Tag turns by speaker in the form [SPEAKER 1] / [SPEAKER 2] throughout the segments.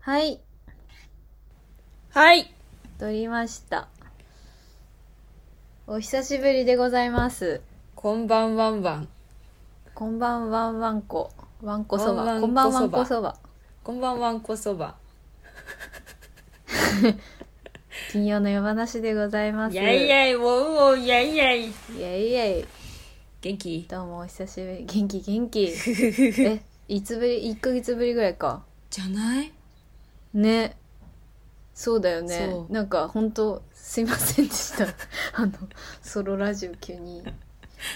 [SPEAKER 1] はい、
[SPEAKER 2] はい。
[SPEAKER 1] 撮りました。お久しぶりでございます。
[SPEAKER 2] こんばんわんわん。
[SPEAKER 1] こんばんわんわんこ。わんこそば。
[SPEAKER 2] わんわんこそば
[SPEAKER 1] こんばんわんこそば。
[SPEAKER 2] こんばんわんこそば。
[SPEAKER 1] 金曜の夜話でございます。
[SPEAKER 2] やい
[SPEAKER 1] イ
[SPEAKER 2] やい、ウォウウォウ、やいやい。
[SPEAKER 1] ェイ。イェイイェイ。
[SPEAKER 2] 元気
[SPEAKER 1] どうもお久しぶり。元気元 気。え、いつぶり、1ヶ月ぶりぐらいか。
[SPEAKER 2] じゃない
[SPEAKER 1] ね。そうだよね
[SPEAKER 2] そ。う
[SPEAKER 1] なんか本当すいませんでした。 あの、ソロラジオ急に、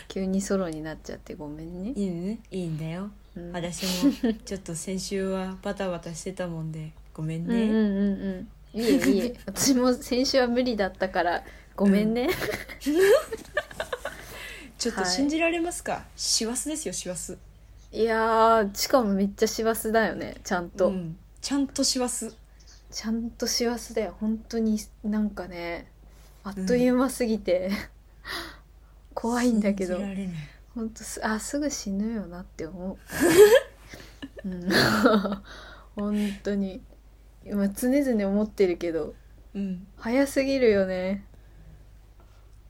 [SPEAKER 1] 急にソロになっちゃってごめんね。
[SPEAKER 2] いいね。いいんだよ。
[SPEAKER 1] うん
[SPEAKER 2] 私も、ちょっと先週はバタバタしてたもんで、ごめん
[SPEAKER 1] うんうん
[SPEAKER 2] ね。
[SPEAKER 1] うんうんいいえいいえ 私も先週は無理だったからごめんね、
[SPEAKER 2] ちょっと信じられますか師走ですよ、師走。
[SPEAKER 1] いやーしかもめっちゃ師走だよねちゃんと、
[SPEAKER 2] うんちゃんと師走。
[SPEAKER 1] ちゃんと師走だよ本当になんかねあっという間すぎて、 怖いんだけど
[SPEAKER 2] 信じられない
[SPEAKER 1] 本当すあすぐ死ぬよなって思 う、うん、 本当に今常々思ってるけど
[SPEAKER 2] うん。
[SPEAKER 1] 早すぎるよね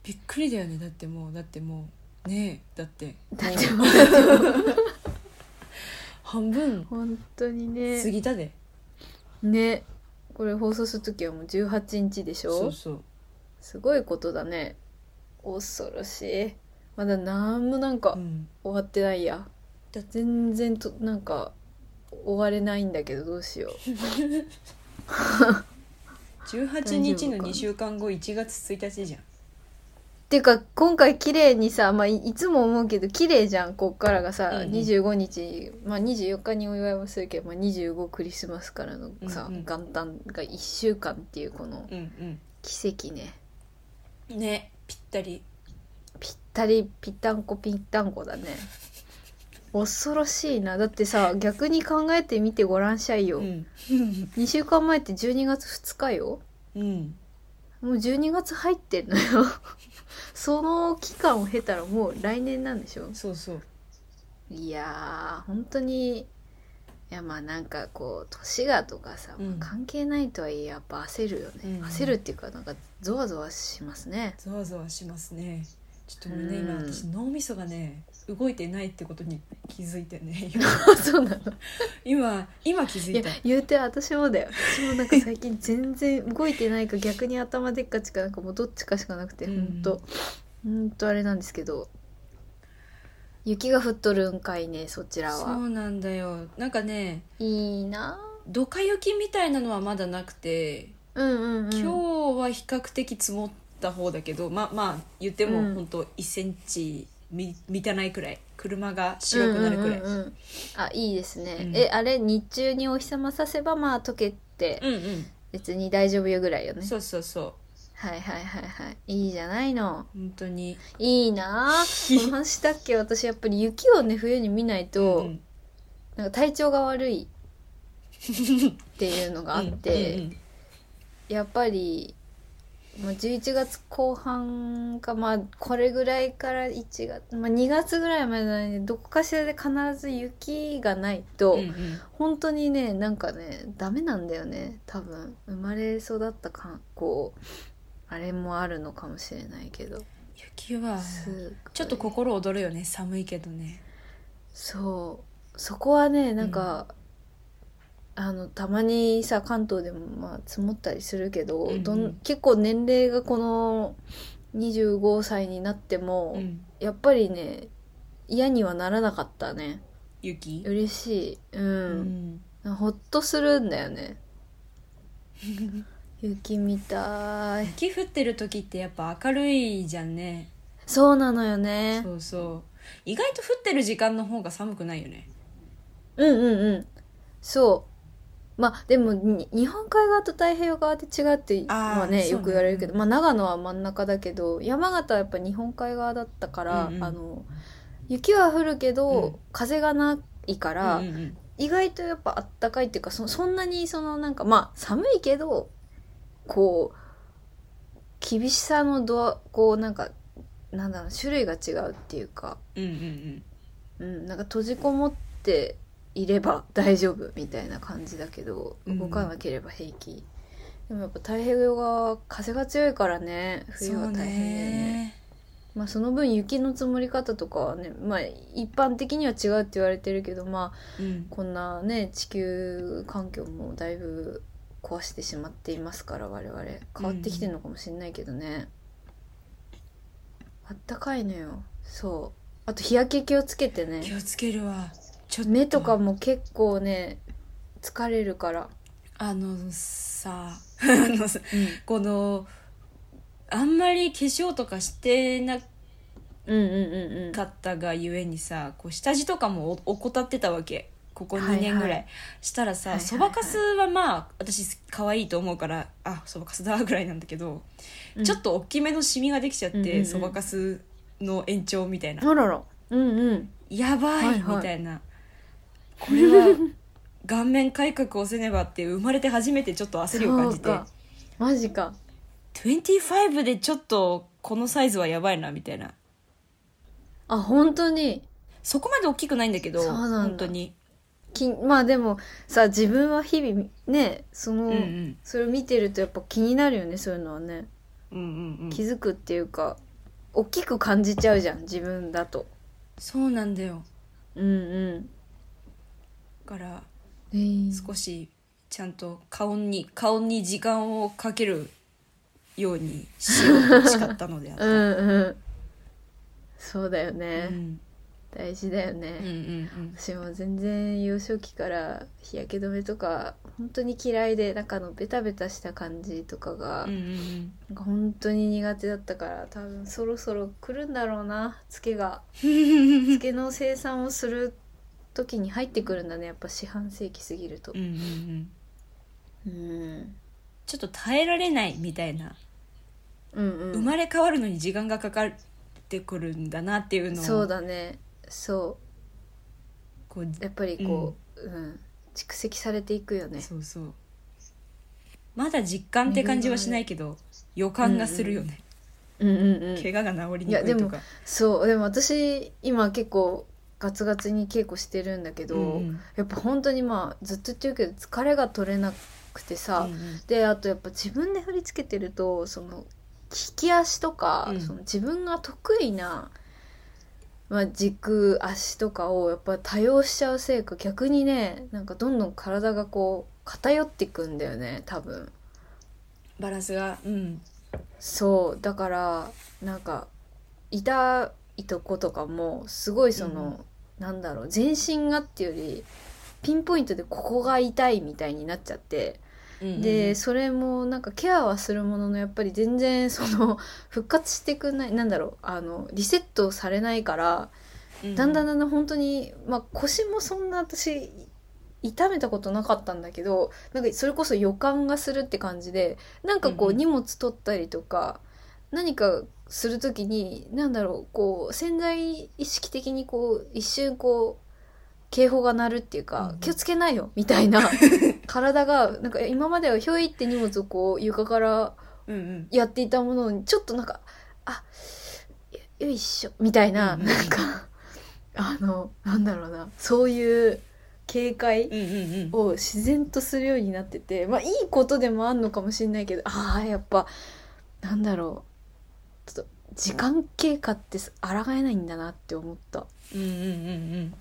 [SPEAKER 2] びっくりだよね。だってもう、だってもう、ねえ、だって。
[SPEAKER 1] だっ
[SPEAKER 2] も
[SPEAKER 1] て
[SPEAKER 2] う
[SPEAKER 1] もうだってもう
[SPEAKER 2] 半分
[SPEAKER 1] 本当にね
[SPEAKER 2] 過ぎたで。
[SPEAKER 1] ねこれ放送する時はもう18日でしょ
[SPEAKER 2] そうそう。
[SPEAKER 1] すごいことだね恐ろしいまだ何もなんか
[SPEAKER 2] うん。
[SPEAKER 1] 終わってないや、
[SPEAKER 2] だ
[SPEAKER 1] 全然となんか終われないんだけどどうしよう
[SPEAKER 2] 18日の2週間後1月1日じゃん
[SPEAKER 1] ていうか今回綺麗にさ、まあ、いいつも思うけど綺麗じゃんこっからがさ、
[SPEAKER 2] うんうん
[SPEAKER 1] 25日、まあ、24日にお祝いもするけど、まあ、25クリスマスからのさ、
[SPEAKER 2] うんうん
[SPEAKER 1] 元旦が1週間っていうこの
[SPEAKER 2] うん
[SPEAKER 1] 奇跡ね
[SPEAKER 2] うんねぴったり
[SPEAKER 1] ぴったりぴったんこぴったんこだね恐ろしいなだってさ逆に考えてみてごらんしゃいよ、
[SPEAKER 2] うん
[SPEAKER 1] 2週間前って12月2日よ
[SPEAKER 2] うん
[SPEAKER 1] もう12月入ってんのよ その期間を経たらもう来年なんでしょ
[SPEAKER 2] そうそう
[SPEAKER 1] いやー本当にいやまあなんかこう年がとかさ、
[SPEAKER 2] うん
[SPEAKER 1] まあ関係ないとはいえやっぱ焦るよね、
[SPEAKER 2] うん
[SPEAKER 1] 焦るっていうかなんかゾワゾワします ね
[SPEAKER 2] ざわざわしますねちょっともうね
[SPEAKER 1] うん
[SPEAKER 2] 今私脳みそがね動いてないってことに気づいてね
[SPEAKER 1] そうなの
[SPEAKER 2] 今今気づ
[SPEAKER 1] い
[SPEAKER 2] い
[SPEAKER 1] や
[SPEAKER 2] た
[SPEAKER 1] 言うて私もだよ私もなんか最近全然動いてないか逆に頭でっかちかなんかもうどっちかしかなくて
[SPEAKER 2] うん
[SPEAKER 1] ほんとほんとあれなんですけど雪が降っとるんかいねそちら
[SPEAKER 2] そ
[SPEAKER 1] は
[SPEAKER 2] うなんだよなんかね
[SPEAKER 1] いいな
[SPEAKER 2] ドカ雪みたいなのはまだなくて
[SPEAKER 1] うんうんうん
[SPEAKER 2] 今日は比較的積もった方だけどまあまあ言って
[SPEAKER 1] うん
[SPEAKER 2] も本当1センチみ満たないくらい車が白くなるくらい
[SPEAKER 1] うんうんうんうんあいいですね、
[SPEAKER 2] うん
[SPEAKER 1] えあれ日中にお日様させばまあ溶けて
[SPEAKER 2] うんうん
[SPEAKER 1] 別に大丈夫よぐらいよね
[SPEAKER 2] そうそうそう
[SPEAKER 1] はいはいはいはいいいじゃないの
[SPEAKER 2] 本当に
[SPEAKER 1] いい なこの話したっけ私やっぱり雪をね冬に見ないと、
[SPEAKER 2] うん
[SPEAKER 1] なんか体調が悪いっていうのがあって、
[SPEAKER 2] うんうん
[SPEAKER 1] やっぱり、まあ、11月後半かまあこれぐらいから1月、まあ、2月ぐらいまでの間にどこかしらで必ず雪がないと、
[SPEAKER 2] うんうん
[SPEAKER 1] 本当にねなんかねダメなんだよね多分生まれ育ったかこうあれもあるのかもしれないけど
[SPEAKER 2] 雪は
[SPEAKER 1] すごい
[SPEAKER 2] ちょっと心躍るよね寒いけどね
[SPEAKER 1] そうそこはねなんか、あのたまにさ関東でもまあ積もったりするけど、
[SPEAKER 2] うんうん
[SPEAKER 1] どん結構年齢がこの25歳になっても、
[SPEAKER 2] うん
[SPEAKER 1] やっぱりね嫌にはならなかったね
[SPEAKER 2] 雪
[SPEAKER 1] 嬉しいうん、
[SPEAKER 2] ん
[SPEAKER 1] ほっとするんだよ ね雪みたい
[SPEAKER 2] 雪降ってる時ってやっぱ明るいじゃんね
[SPEAKER 1] そうなのよね
[SPEAKER 2] そうそう意外と降ってる時間の方が寒くないよね
[SPEAKER 1] うんうんうんそうまあでもに日本海側と太平洋側で違うって
[SPEAKER 2] あー
[SPEAKER 1] まあね
[SPEAKER 2] そうね
[SPEAKER 1] よく言われるけど、まあ、長野は真ん中だけど山形はやっぱ日本海側だったから、
[SPEAKER 2] うんうん
[SPEAKER 1] あの雪は降るけど、
[SPEAKER 2] うん
[SPEAKER 1] 風がないから、
[SPEAKER 2] うんうん
[SPEAKER 1] 意外とやっぱあったかいっていうかそそんなにそのなんかまあ寒いけどこう厳しさの度合こうなんかなんだろう種類が違うっていうか。
[SPEAKER 2] うんうんうん
[SPEAKER 1] うん、なんか閉じこもっていれば 大丈夫みたいな感じだけど
[SPEAKER 2] うん
[SPEAKER 1] 動かなければ平気、でもやっぱ太平洋側風が強いからね冬は大変だよねまあその分雪の積もり方とかはね、まあ、一般的には違うって言われてるけどまあ
[SPEAKER 2] そうねうん
[SPEAKER 1] こんなね地球環境もだいぶ壊してしまっていますから我々変わってきてるのかもしれないけどね、あったかいのよそうあと日焼け気をつけてね
[SPEAKER 2] 気をつけるわちょっ
[SPEAKER 1] 目とかも結構ね疲れるから、
[SPEAKER 2] あのさ あのさこのあんまり化粧とかしてな
[SPEAKER 1] うん、うんうんうんうん
[SPEAKER 2] かったがゆえにさこう下地とかもお怠ってたわけここ2年ぐらい、
[SPEAKER 1] はいはい
[SPEAKER 2] した
[SPEAKER 1] は
[SPEAKER 2] ら
[SPEAKER 1] い
[SPEAKER 2] さ
[SPEAKER 1] はいはい
[SPEAKER 2] そばかすはまあ私可愛いと思うからあそばかすだぐらいなんだけど、
[SPEAKER 1] うん
[SPEAKER 2] ちょっと大きめのシミができちゃっ
[SPEAKER 1] うんうんう
[SPEAKER 2] て
[SPEAKER 1] ん
[SPEAKER 2] そば、かすの延長みたいな、
[SPEAKER 1] あららうんうん
[SPEAKER 2] やばい、
[SPEAKER 1] はいはい
[SPEAKER 2] みたいなこれ は顔面改革をせねばって生まれて初めてちょっと焦りを感じて
[SPEAKER 1] そうかマジか
[SPEAKER 2] 25でちょっとこのサイズはやばいなみたいな
[SPEAKER 1] あ本当に
[SPEAKER 2] そこまで大きくないんだけど
[SPEAKER 1] そうなんだ
[SPEAKER 2] 本当に
[SPEAKER 1] きまあでもさ自分は日々ねその、
[SPEAKER 2] うんうん
[SPEAKER 1] それを見てるとやっぱ気になるよねそういうのはね
[SPEAKER 2] うんうんうん
[SPEAKER 1] 気づくっていうか大きく感じちゃうじゃん自分だと
[SPEAKER 2] そうなんだよ
[SPEAKER 1] うんうん
[SPEAKER 2] だから
[SPEAKER 1] えー
[SPEAKER 2] 少しちゃんと顔に顔に時間をかけるようにしようと誓ったのであっ
[SPEAKER 1] う
[SPEAKER 2] た、
[SPEAKER 1] んうんそうだよ
[SPEAKER 2] うん
[SPEAKER 1] ね、大事だよね、
[SPEAKER 2] うんうんうん
[SPEAKER 1] 私も全然幼少期から日焼け止めとか本当に嫌いでなんかあのベタベタした感じとかが、
[SPEAKER 2] うんうん
[SPEAKER 1] なんか本当に苦手だったから多分そろそろ来るんだろうなツケ がツケの生産をする時に入ってくるんだねやっぱ四半世紀過ぎると
[SPEAKER 2] うんうんうんうん
[SPEAKER 1] うん
[SPEAKER 2] ちょっと耐えられないみたいな、
[SPEAKER 1] うんうん
[SPEAKER 2] 生まれ変わるのに時間がかかってくるんだなっていうのを
[SPEAKER 1] そうだねそ
[SPEAKER 2] こう
[SPEAKER 1] うやっぱりこう、うん蓄積されていくよね
[SPEAKER 2] そうそうまだ実感って感じはしないけど予感がするよ
[SPEAKER 1] うんうんう
[SPEAKER 2] ね、
[SPEAKER 1] ん
[SPEAKER 2] 怪我が治りにくい
[SPEAKER 1] いや
[SPEAKER 2] とか
[SPEAKER 1] でもそうでも私今結構ガツガツに稽古してるんだけど、
[SPEAKER 2] うんうん
[SPEAKER 1] やっぱ本当にまあずっと言ってるけど疲れが取れなくてさ、
[SPEAKER 2] うんうん
[SPEAKER 1] であとやっぱ自分で振り付けてるとその利き足とか、
[SPEAKER 2] うん
[SPEAKER 1] その自分が得意な、まあ、軸足とかをやっぱ多用しちゃうせいか逆にねなんかどんどん体がこう偏っていくんだよね多分。
[SPEAKER 2] バランスがうん
[SPEAKER 1] そうだからなんか痛いとことかもすごいその、なんだろう全身がっていうよりピンポイントでここが痛いみたいになっちゃって、でそれもなんかケアはするもののやっぱり全然その復活してくんないなんだろうあのリセットされないからだんだん
[SPEAKER 2] ん
[SPEAKER 1] だんだん本当に、まあ、腰もそんな私痛めたことなかったんだけどなんかそれこそ予感がするって感じでなんかこ
[SPEAKER 2] うん
[SPEAKER 1] う
[SPEAKER 2] うん
[SPEAKER 1] 荷物取ったりとか、何かする時に何だろうこう潜在意識的にこう一瞬こう警報が鳴るっていうか、
[SPEAKER 2] うんうん
[SPEAKER 1] 気をつけないよみたい な体がなんか今まではひょいって荷物をこう床から
[SPEAKER 2] うんうん
[SPEAKER 1] やっていたものにちょっとなんかあよよいしょみたいな、
[SPEAKER 2] うんうん
[SPEAKER 1] なんかあのなんだろうなそういう警戒
[SPEAKER 2] うんうんうん
[SPEAKER 1] を自然とするようになっててまあいいことでもあんのかもしれないけどあーやっぱなんだろうちょっと時間経過ってす抗えないんだなって思った
[SPEAKER 2] うんうんうんうん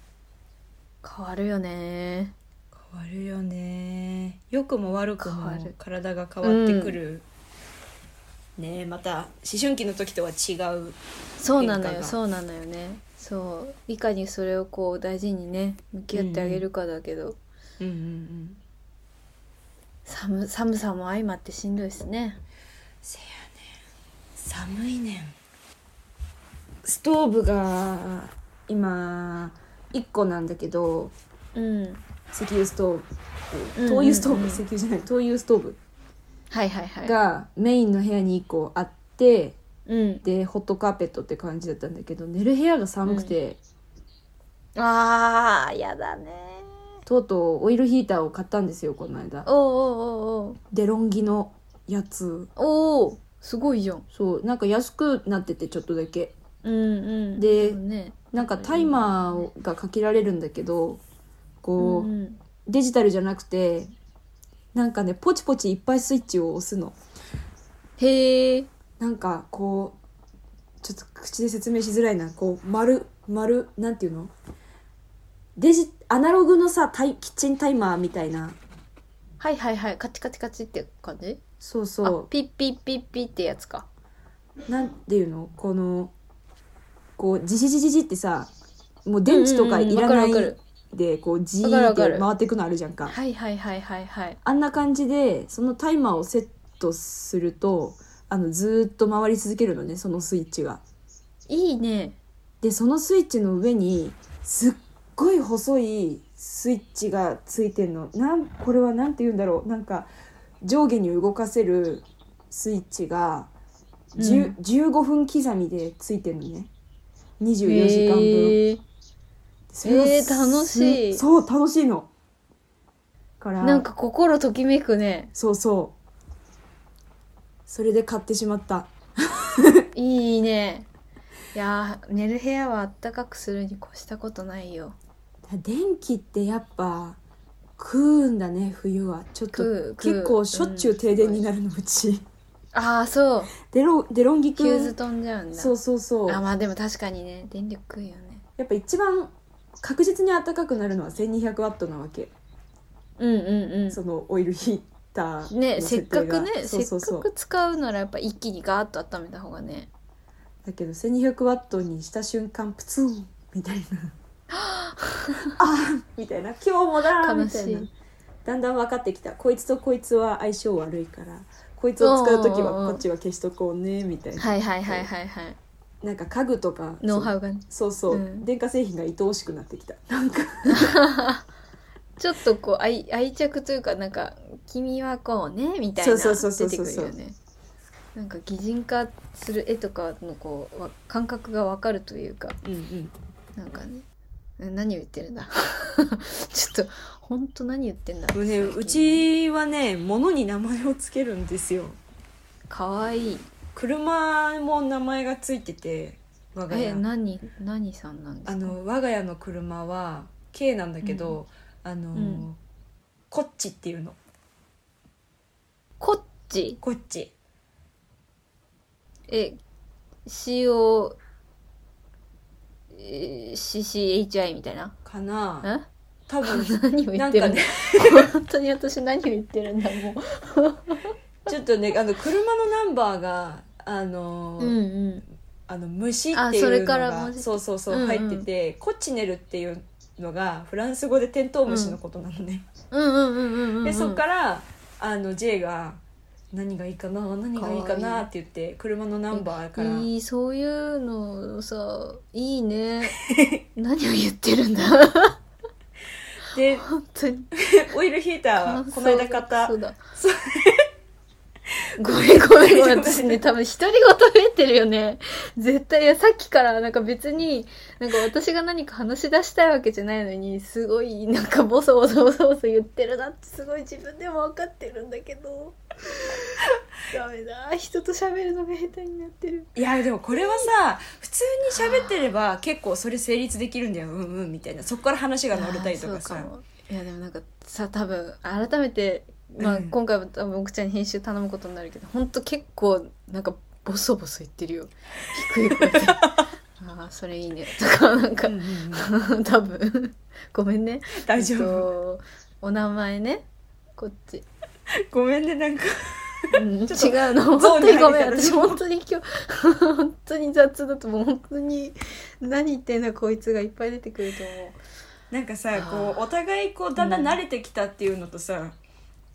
[SPEAKER 1] 変わるよね
[SPEAKER 2] 変わるよね良くも悪くも
[SPEAKER 1] 変わる
[SPEAKER 2] 体が変わってくる、ねえまた思春期の時とは違う
[SPEAKER 1] そうなの
[SPEAKER 2] 変化
[SPEAKER 1] よ
[SPEAKER 2] が
[SPEAKER 1] そうなのよねそういかにそれをこう大事にね向き合ってあげるかだけど、
[SPEAKER 2] うんうんうん
[SPEAKER 1] 寒寒さも相まってしんどいですね
[SPEAKER 2] せやねん寒いねんストーブが今1個なんだけど
[SPEAKER 1] うん
[SPEAKER 2] 石油ストー
[SPEAKER 1] うんうんうん
[SPEAKER 2] ブ灯油ストーブ、石油じゃない灯油ストーブ
[SPEAKER 1] はいはいはい
[SPEAKER 2] がメインの部屋に1個あって
[SPEAKER 1] うん
[SPEAKER 2] でホットカーペットって感じだったんだけど寝る部屋が寒くて、
[SPEAKER 1] あーやだね
[SPEAKER 2] とうとうオイルヒーターを買ったんですよこの間
[SPEAKER 1] おおうおう
[SPEAKER 2] デロンギのやつ
[SPEAKER 1] おおおおすごいじゃん
[SPEAKER 2] そうなんか安くなっててちょっとだけ
[SPEAKER 1] うんうん
[SPEAKER 2] で
[SPEAKER 1] そうね
[SPEAKER 2] なんかタイマーがかけられるんだけどこ
[SPEAKER 1] う
[SPEAKER 2] う、
[SPEAKER 1] ん
[SPEAKER 2] デジタルじゃなくてなんかねポチポチいっぱいスイッチを押すの
[SPEAKER 1] へえ
[SPEAKER 2] なんかこうちょっと口で説明しづらいなこう丸丸なんていうのデジアナログのさタイキッチンタイマーみたいな
[SPEAKER 1] はいはいはいカチカチカチって感じ
[SPEAKER 2] そう
[SPEAKER 1] あ
[SPEAKER 2] そ
[SPEAKER 1] ピッピッピッピッってやつか
[SPEAKER 2] うなんていうのこのこうジジジジジってさもう電池とかい
[SPEAKER 1] うんうんうん
[SPEAKER 2] らな
[SPEAKER 1] わかるわか
[SPEAKER 2] い
[SPEAKER 1] る
[SPEAKER 2] でこうジ
[SPEAKER 1] わかる
[SPEAKER 2] ー
[SPEAKER 1] わかる
[SPEAKER 2] って回ってくのあるじゃんか
[SPEAKER 1] はいはいはいはいはい
[SPEAKER 2] あんな感じでそのタイマーをセットするとあのずーっと回り続けるのねそのスイッチが。
[SPEAKER 1] いいね
[SPEAKER 2] でそのスイッチの上にすっごい細いスイッチがついてんのなんこれは何て言うんだろうなんか上下に動かせるスイッチが、じゅ
[SPEAKER 1] うん
[SPEAKER 2] 15分刻みでついてんのね24時間分。
[SPEAKER 1] へえ
[SPEAKER 2] それが
[SPEAKER 1] えー楽しい
[SPEAKER 2] すそう楽しいの。から
[SPEAKER 1] なんか心ときめくね
[SPEAKER 2] そうそうそれで買ってしまった
[SPEAKER 1] いいねいやー寝る部屋はあったかくするに越したことないよ
[SPEAKER 2] 電気ってやっぱ食うんだね冬はちょっ
[SPEAKER 1] 食
[SPEAKER 2] と
[SPEAKER 1] う食う
[SPEAKER 2] 結構しょっちゅう停電になるのうち、
[SPEAKER 1] ああそう
[SPEAKER 2] デロデロンギ
[SPEAKER 1] ヒューズ
[SPEAKER 2] 君
[SPEAKER 1] 飛んじゃうんだ
[SPEAKER 2] そうそうそう
[SPEAKER 1] あまあでも確かにね電力食うよね
[SPEAKER 2] やっぱ一番確実に暖かくなるのは1200ワットなわけ、
[SPEAKER 1] うんうんうん
[SPEAKER 2] そのオイルヒーターの
[SPEAKER 1] ねせっかくね
[SPEAKER 2] そうそうそう
[SPEAKER 1] せっかく使うならやっぱ一気にガーッと温めた方がね
[SPEAKER 2] だけど1200ワットにした瞬間プツンみたいなあみたいな今日もだ
[SPEAKER 1] 悲
[SPEAKER 2] みた
[SPEAKER 1] し
[SPEAKER 2] いないだんだん分かってきたこいつとこいつは相性悪いからこいつを使う
[SPEAKER 1] お
[SPEAKER 2] 時
[SPEAKER 1] うおうお
[SPEAKER 2] は
[SPEAKER 1] う
[SPEAKER 2] こっちは消しとこうねみたいな、
[SPEAKER 1] はいはいはいはいはい
[SPEAKER 2] なんか家具とか
[SPEAKER 1] ノウハウがね
[SPEAKER 2] そうそうそう、
[SPEAKER 1] うん
[SPEAKER 2] 電化製品が愛おしくなってきたなんか
[SPEAKER 1] ちょっとこう愛愛着というかなんか「君はこうね」みたい
[SPEAKER 2] そう
[SPEAKER 1] な
[SPEAKER 2] そうそうそ
[SPEAKER 1] 出
[SPEAKER 2] う
[SPEAKER 1] て
[SPEAKER 2] そう
[SPEAKER 1] くるよねなんか擬人化する絵とかのこうわ感覚がわかるというか
[SPEAKER 2] うんうん
[SPEAKER 1] なんかねうん何を言ってるんだ ちょっと本当何言ってんだ
[SPEAKER 2] もうねうちはね物に名前をつけるんですよ
[SPEAKER 1] かわいい
[SPEAKER 2] 車も名前がついてて我が家
[SPEAKER 1] え何何さんなんですか
[SPEAKER 2] あの我が家の車は K なんだけど、あの、
[SPEAKER 1] うん
[SPEAKER 2] こっちっていうの
[SPEAKER 1] こっち
[SPEAKER 2] こっち
[SPEAKER 1] え CO えー CCHI みたいなん
[SPEAKER 2] かな
[SPEAKER 1] え
[SPEAKER 2] 多分
[SPEAKER 1] 何を言
[SPEAKER 2] なん
[SPEAKER 1] って
[SPEAKER 2] か
[SPEAKER 1] るん
[SPEAKER 2] ね
[SPEAKER 1] だ本当に私何を言ってるんだも
[SPEAKER 2] ちょっとねあの車のナンバーがあの,、
[SPEAKER 1] ううんうん
[SPEAKER 2] あの虫って
[SPEAKER 1] あ
[SPEAKER 2] い
[SPEAKER 1] そう
[SPEAKER 2] の
[SPEAKER 1] れから
[SPEAKER 2] が
[SPEAKER 1] 文字
[SPEAKER 2] そうそうそう、
[SPEAKER 1] うんうん
[SPEAKER 2] 入っててコチネルっていうのがフランス語でテントウムシのことなのね、
[SPEAKER 1] うんうんうんうんうんうん
[SPEAKER 2] でそっからあの J が「何がいいかな何がいいか
[SPEAKER 1] かわい」
[SPEAKER 2] ないって言って車のナンバーから
[SPEAKER 1] いいそういうのさいい ね何を言ってるんだ
[SPEAKER 2] で
[SPEAKER 1] 本当に
[SPEAKER 2] オイルヒーターはこの間買った
[SPEAKER 1] そうだ
[SPEAKER 2] そう
[SPEAKER 1] ごめんごめんごめん
[SPEAKER 2] ごめん
[SPEAKER 1] 私ね多分独り言増えてるよね絶対いやさっきからなんか別になんか私が何か話し出したいわけじゃないのにすごいなんかボソボソボソボソ言ってるなってすごい自分でも分かってるんだけどダメだ人と喋るのが下手になってる
[SPEAKER 2] いやでもこれはさ普通に喋ってれば結構それ成立できるんだようんうんみたいなそこから話が乗れたりとか
[SPEAKER 1] あー
[SPEAKER 2] さ
[SPEAKER 1] そうもいやでもなんかさ多分改めて、まあ
[SPEAKER 2] うん
[SPEAKER 1] 今回も多分奥ちゃんに編集頼むことになるけど本当結構なんかボソボソ言ってるよ低い声 でああそれいいねとかなんか、
[SPEAKER 2] うんうんう ん
[SPEAKER 1] 多分ごめんね
[SPEAKER 2] 大丈
[SPEAKER 1] えっ
[SPEAKER 2] 夫
[SPEAKER 1] とお名前ねこっち、
[SPEAKER 2] ごめんねなんか
[SPEAKER 1] うん、違う
[SPEAKER 2] ちょっと
[SPEAKER 1] の
[SPEAKER 2] ゾー
[SPEAKER 1] 本
[SPEAKER 2] ンに
[SPEAKER 1] 当に
[SPEAKER 2] 入りた
[SPEAKER 1] ごめん
[SPEAKER 2] い
[SPEAKER 1] 私本当に今日本当に雑だともう本当に何言ってんだこいつがいっぱい出てくると思う
[SPEAKER 2] なんかさ
[SPEAKER 1] あー
[SPEAKER 2] こうお互いこうだんだん慣れてきたっていうのとさ、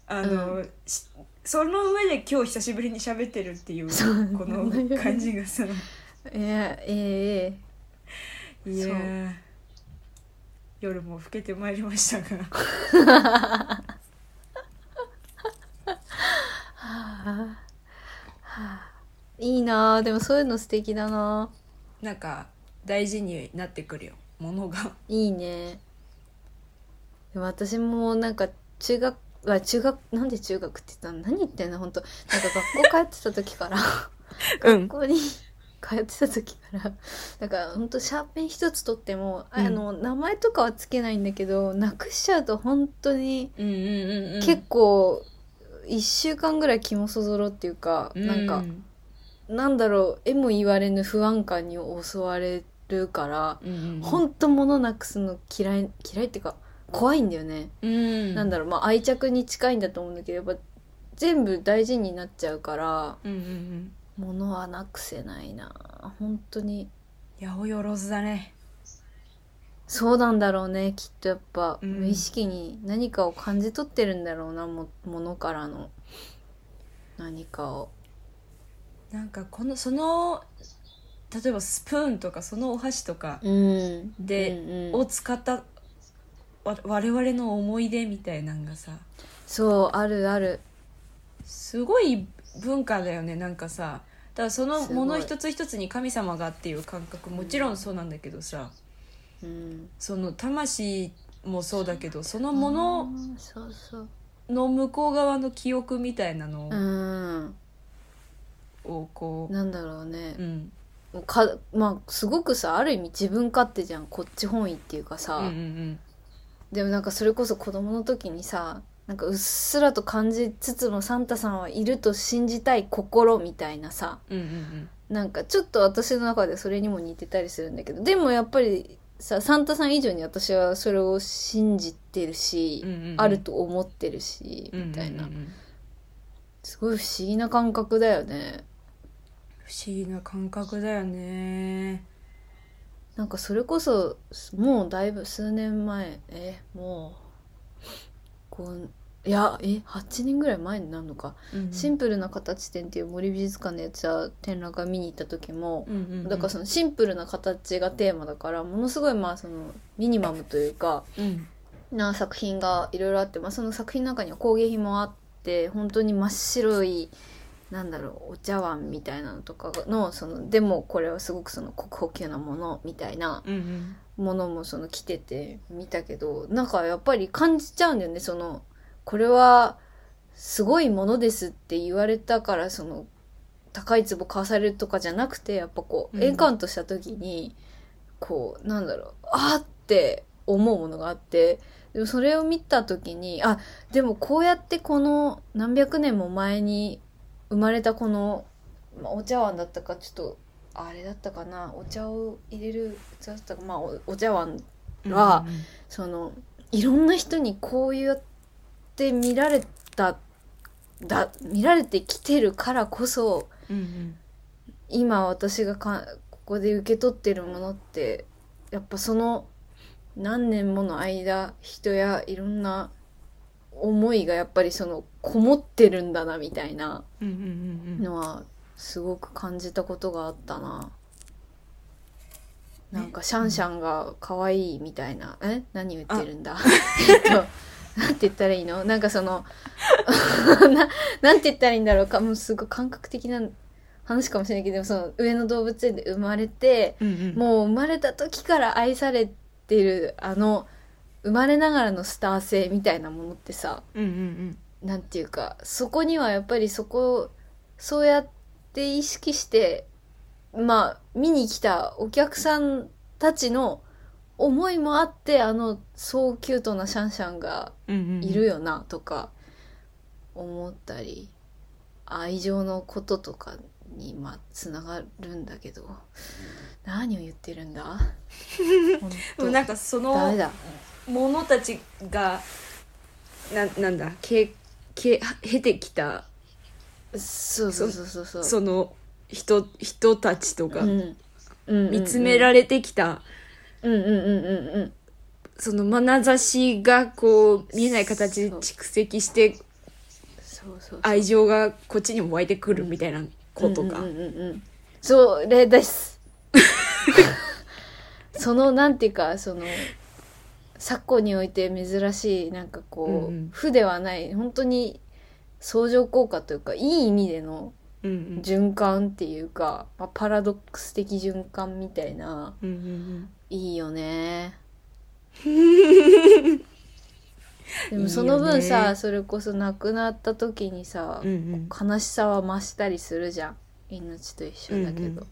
[SPEAKER 2] あの、しその上で今日久しぶりに喋ってるっていう
[SPEAKER 1] そう
[SPEAKER 2] この感じ がさ
[SPEAKER 1] いやええええ
[SPEAKER 2] いやー夜も更けてまいりましたが
[SPEAKER 1] はあはあいいなあでもそういうの素敵だなあ
[SPEAKER 2] なんか大事になってくるよものが
[SPEAKER 1] いいねでも私もなんか中学あ中学なんで中 学って言ったの何言ってんの本当なんか学校帰ってた時から
[SPEAKER 2] うん
[SPEAKER 1] ここに通ってた時からなんかほんとシャーペン一つ取っても、あ
[SPEAKER 2] うん
[SPEAKER 1] の名前とかはつけないんだけどなくしちゃうと本当に
[SPEAKER 2] うんうんうん
[SPEAKER 1] 結構1週間ぐらい気もそぞろっていうか、なんかなんだろうえも言われぬ不安感に襲われるから、ほんと物なくすの嫌い嫌いっていうか怖いんだよね、
[SPEAKER 2] うん
[SPEAKER 1] なんだろうまあ愛着に近いんだと思うんだけどやっぱ全部大事になっちゃうから
[SPEAKER 2] うんうんうん
[SPEAKER 1] 物はなくせないな本当に
[SPEAKER 2] 八百万だね
[SPEAKER 1] そうなんだろうねきっとやっぱ、
[SPEAKER 2] うん
[SPEAKER 1] 無意識に何かを感じ取ってるんだろうなも物からの何かを。
[SPEAKER 2] なんかこのその例えばスプーンとかそのお箸とか
[SPEAKER 1] うん、
[SPEAKER 2] で
[SPEAKER 1] うんうん
[SPEAKER 2] を使ったわ我々の思い出みたいなんがさ
[SPEAKER 1] そうあるある
[SPEAKER 2] すごい文化だよねなんかさだからその
[SPEAKER 1] すごい
[SPEAKER 2] もの一つ一つに神様がっていう感覚もちろんそうなんだけどさ
[SPEAKER 1] うん
[SPEAKER 2] その魂もそうだけどそのもの
[SPEAKER 1] うんそうそう
[SPEAKER 2] の向こう側の記憶みたいなの
[SPEAKER 1] うん
[SPEAKER 2] をこ
[SPEAKER 1] なんだろうね
[SPEAKER 2] う、うん
[SPEAKER 1] かまあすごくさある意味自分勝手じゃんこっち本位っていうかさ、
[SPEAKER 2] うんうん
[SPEAKER 1] でもなんかそれこそ子供の時にさなんかうっすらと感じつつもサンタさんはいると信じたい心みたいなさ
[SPEAKER 2] うんうんうん
[SPEAKER 1] なんかちょっと私の中でそれにも似てたりするんだけどでもやっぱりさサンタさん以上に私はそれを信じてるし、
[SPEAKER 2] うんうんうん
[SPEAKER 1] あると思ってるし、
[SPEAKER 2] うんうんうん
[SPEAKER 1] みたいな
[SPEAKER 2] うんうんうん
[SPEAKER 1] すごい不思議な感覚だよね
[SPEAKER 2] 不思議な感覚だよね
[SPEAKER 1] なんかそれこそもうだいぶ数年前えもうこういやえ8年ぐらい前になるのか、シンプルな形展っていう森美術館でやってた展覧会見に行った時も、
[SPEAKER 2] うんうんうん
[SPEAKER 1] だからそのシンプルな形がテーマだからものすごいまあそのミニマムというか
[SPEAKER 2] うん
[SPEAKER 1] な作品がいろいろあって、まあ、その作品の中には工芸品もあって本当に真っ白いなんだろうお茶碗みたいなのとかのそのでもこれはすごくその高級なものみたいな
[SPEAKER 2] うんうん
[SPEAKER 1] ものもその着てて見たけどなんかやっぱり感じちゃうんだよねそのこれはすごいものですって言われたからその高い壺買わされるとかじゃなくてやっぱこ
[SPEAKER 2] う
[SPEAKER 1] うんエンカウントした時に、こうなんだろうあーって思うものがあってでもそれを見た時にあでもこうやってこの何百年も前に生まれたこの、まあ、お茶碗だったかちょっとあれだったかなお茶を入れる器だったかまあおお茶碗はそのいろんな人にこうやって見られただ見られてきてるからこそ
[SPEAKER 2] うんうん
[SPEAKER 1] 今私がかここで受け取ってるものってやっぱその何年もの間人やいろんな思いがやっぱりそのこもってるんだなみたいな
[SPEAKER 2] うんうんうんうん
[SPEAKER 1] のはすごく感じたことがあったな。なんかシャンシャンが可愛いみたいな、え何言ってるんだえっとなんて言ったらいいのなんかその ななんて言ったらいいんだろうかもうすごい感覚的な話かもしれないけどでもその上野動物園で生まれて
[SPEAKER 2] うんうん
[SPEAKER 1] もう生まれた時から愛されてるあの生まれながらのスター性みたいなものってさ、
[SPEAKER 2] うんうん
[SPEAKER 1] なんていうかそこにはやっぱりそこそうやって意識してまあ見に来たお客さんたちの思いもあってあのそうキュートなシャンシャンが
[SPEAKER 2] うんうんうん
[SPEAKER 1] いるよなとか思ったり、愛情のこととかにまあつながるんだけど何を言ってるん だ本
[SPEAKER 2] で
[SPEAKER 1] 当
[SPEAKER 2] もなんかそ
[SPEAKER 1] ダ
[SPEAKER 2] の
[SPEAKER 1] メだ
[SPEAKER 2] ものたちがななんだけけ経てきた
[SPEAKER 1] そうそうそうそうそう
[SPEAKER 2] その人人たちとか、
[SPEAKER 1] うんうんうんうん
[SPEAKER 2] 見つめられてきた、
[SPEAKER 1] うんうんうんうんうん
[SPEAKER 2] その眼差しがこう見えない形で
[SPEAKER 1] そう
[SPEAKER 2] 蓄積して
[SPEAKER 1] そうそう
[SPEAKER 2] 愛情がこっちにも湧いてくるみたいなことか、
[SPEAKER 1] うんうんうんうんそれです そのなんていうかその昨今において珍しいなんかこう、
[SPEAKER 2] うんうん
[SPEAKER 1] 負ではない本当に相乗効果というかいい意味での
[SPEAKER 2] うんうん
[SPEAKER 1] 循環っていうか、まあ、パラドックス的循環みたいな
[SPEAKER 2] うんうん
[SPEAKER 1] いいよ ねでも
[SPEAKER 2] いいよね
[SPEAKER 1] その分さそれこそ亡くなった時にさ、
[SPEAKER 2] うんうん
[SPEAKER 1] 悲しさは増したりするじゃん命と一緒だけど、
[SPEAKER 2] うんうん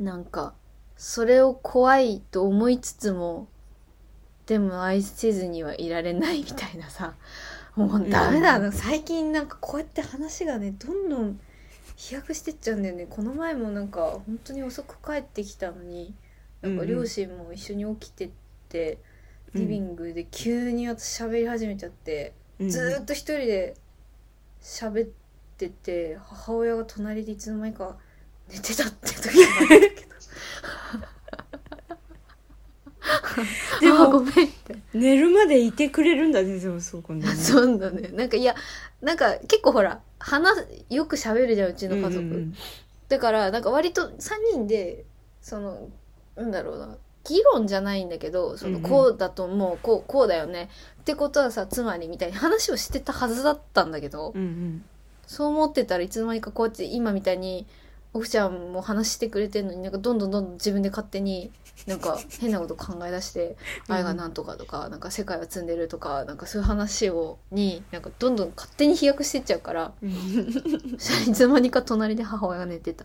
[SPEAKER 1] なんかそれを怖いと思いつつもでも愛せずにはいられないみたいなさ もうダメだ、
[SPEAKER 2] うん
[SPEAKER 1] 最近なんかこうやって話がねどんどん飛躍してっちゃうんだよねこの前もなんか本当に遅く帰ってきたのになんか
[SPEAKER 2] うんうん
[SPEAKER 1] 両親も一緒に起きてって、
[SPEAKER 2] うん
[SPEAKER 1] リビングで急に私喋り始めちゃって。ずーっと一人で喋ってて母親が隣でいつの間にか寝てたって時があったけど
[SPEAKER 2] でも
[SPEAKER 1] あーごめんって
[SPEAKER 2] 寝るまでいてくれるんだねでもそうこんな
[SPEAKER 1] そうだねなんかいやなんか結構ほら話よく喋るじゃんうちの家族、だからなんか割と3人でそのなんだろうな議論じゃないんだけどその
[SPEAKER 2] うんうん
[SPEAKER 1] こうだと思うこうこうだよねってことはさつまりみたいな話をしてたはずだったんだけど、
[SPEAKER 2] うんうん
[SPEAKER 1] そう思ってたらいつの間にかこうやって今みたいにオフちゃんも話してくれてるのになんかどんどんどんどん自分で勝手になんか変なこと考え出して「
[SPEAKER 2] うん
[SPEAKER 1] 愛がなんとか」とか「なんか世界は積んでる」とかなんかそういう話をになんかどんどん勝手に飛躍してっちゃうから
[SPEAKER 2] うん
[SPEAKER 1] そしたらいつの間にか隣で母親が寝て た。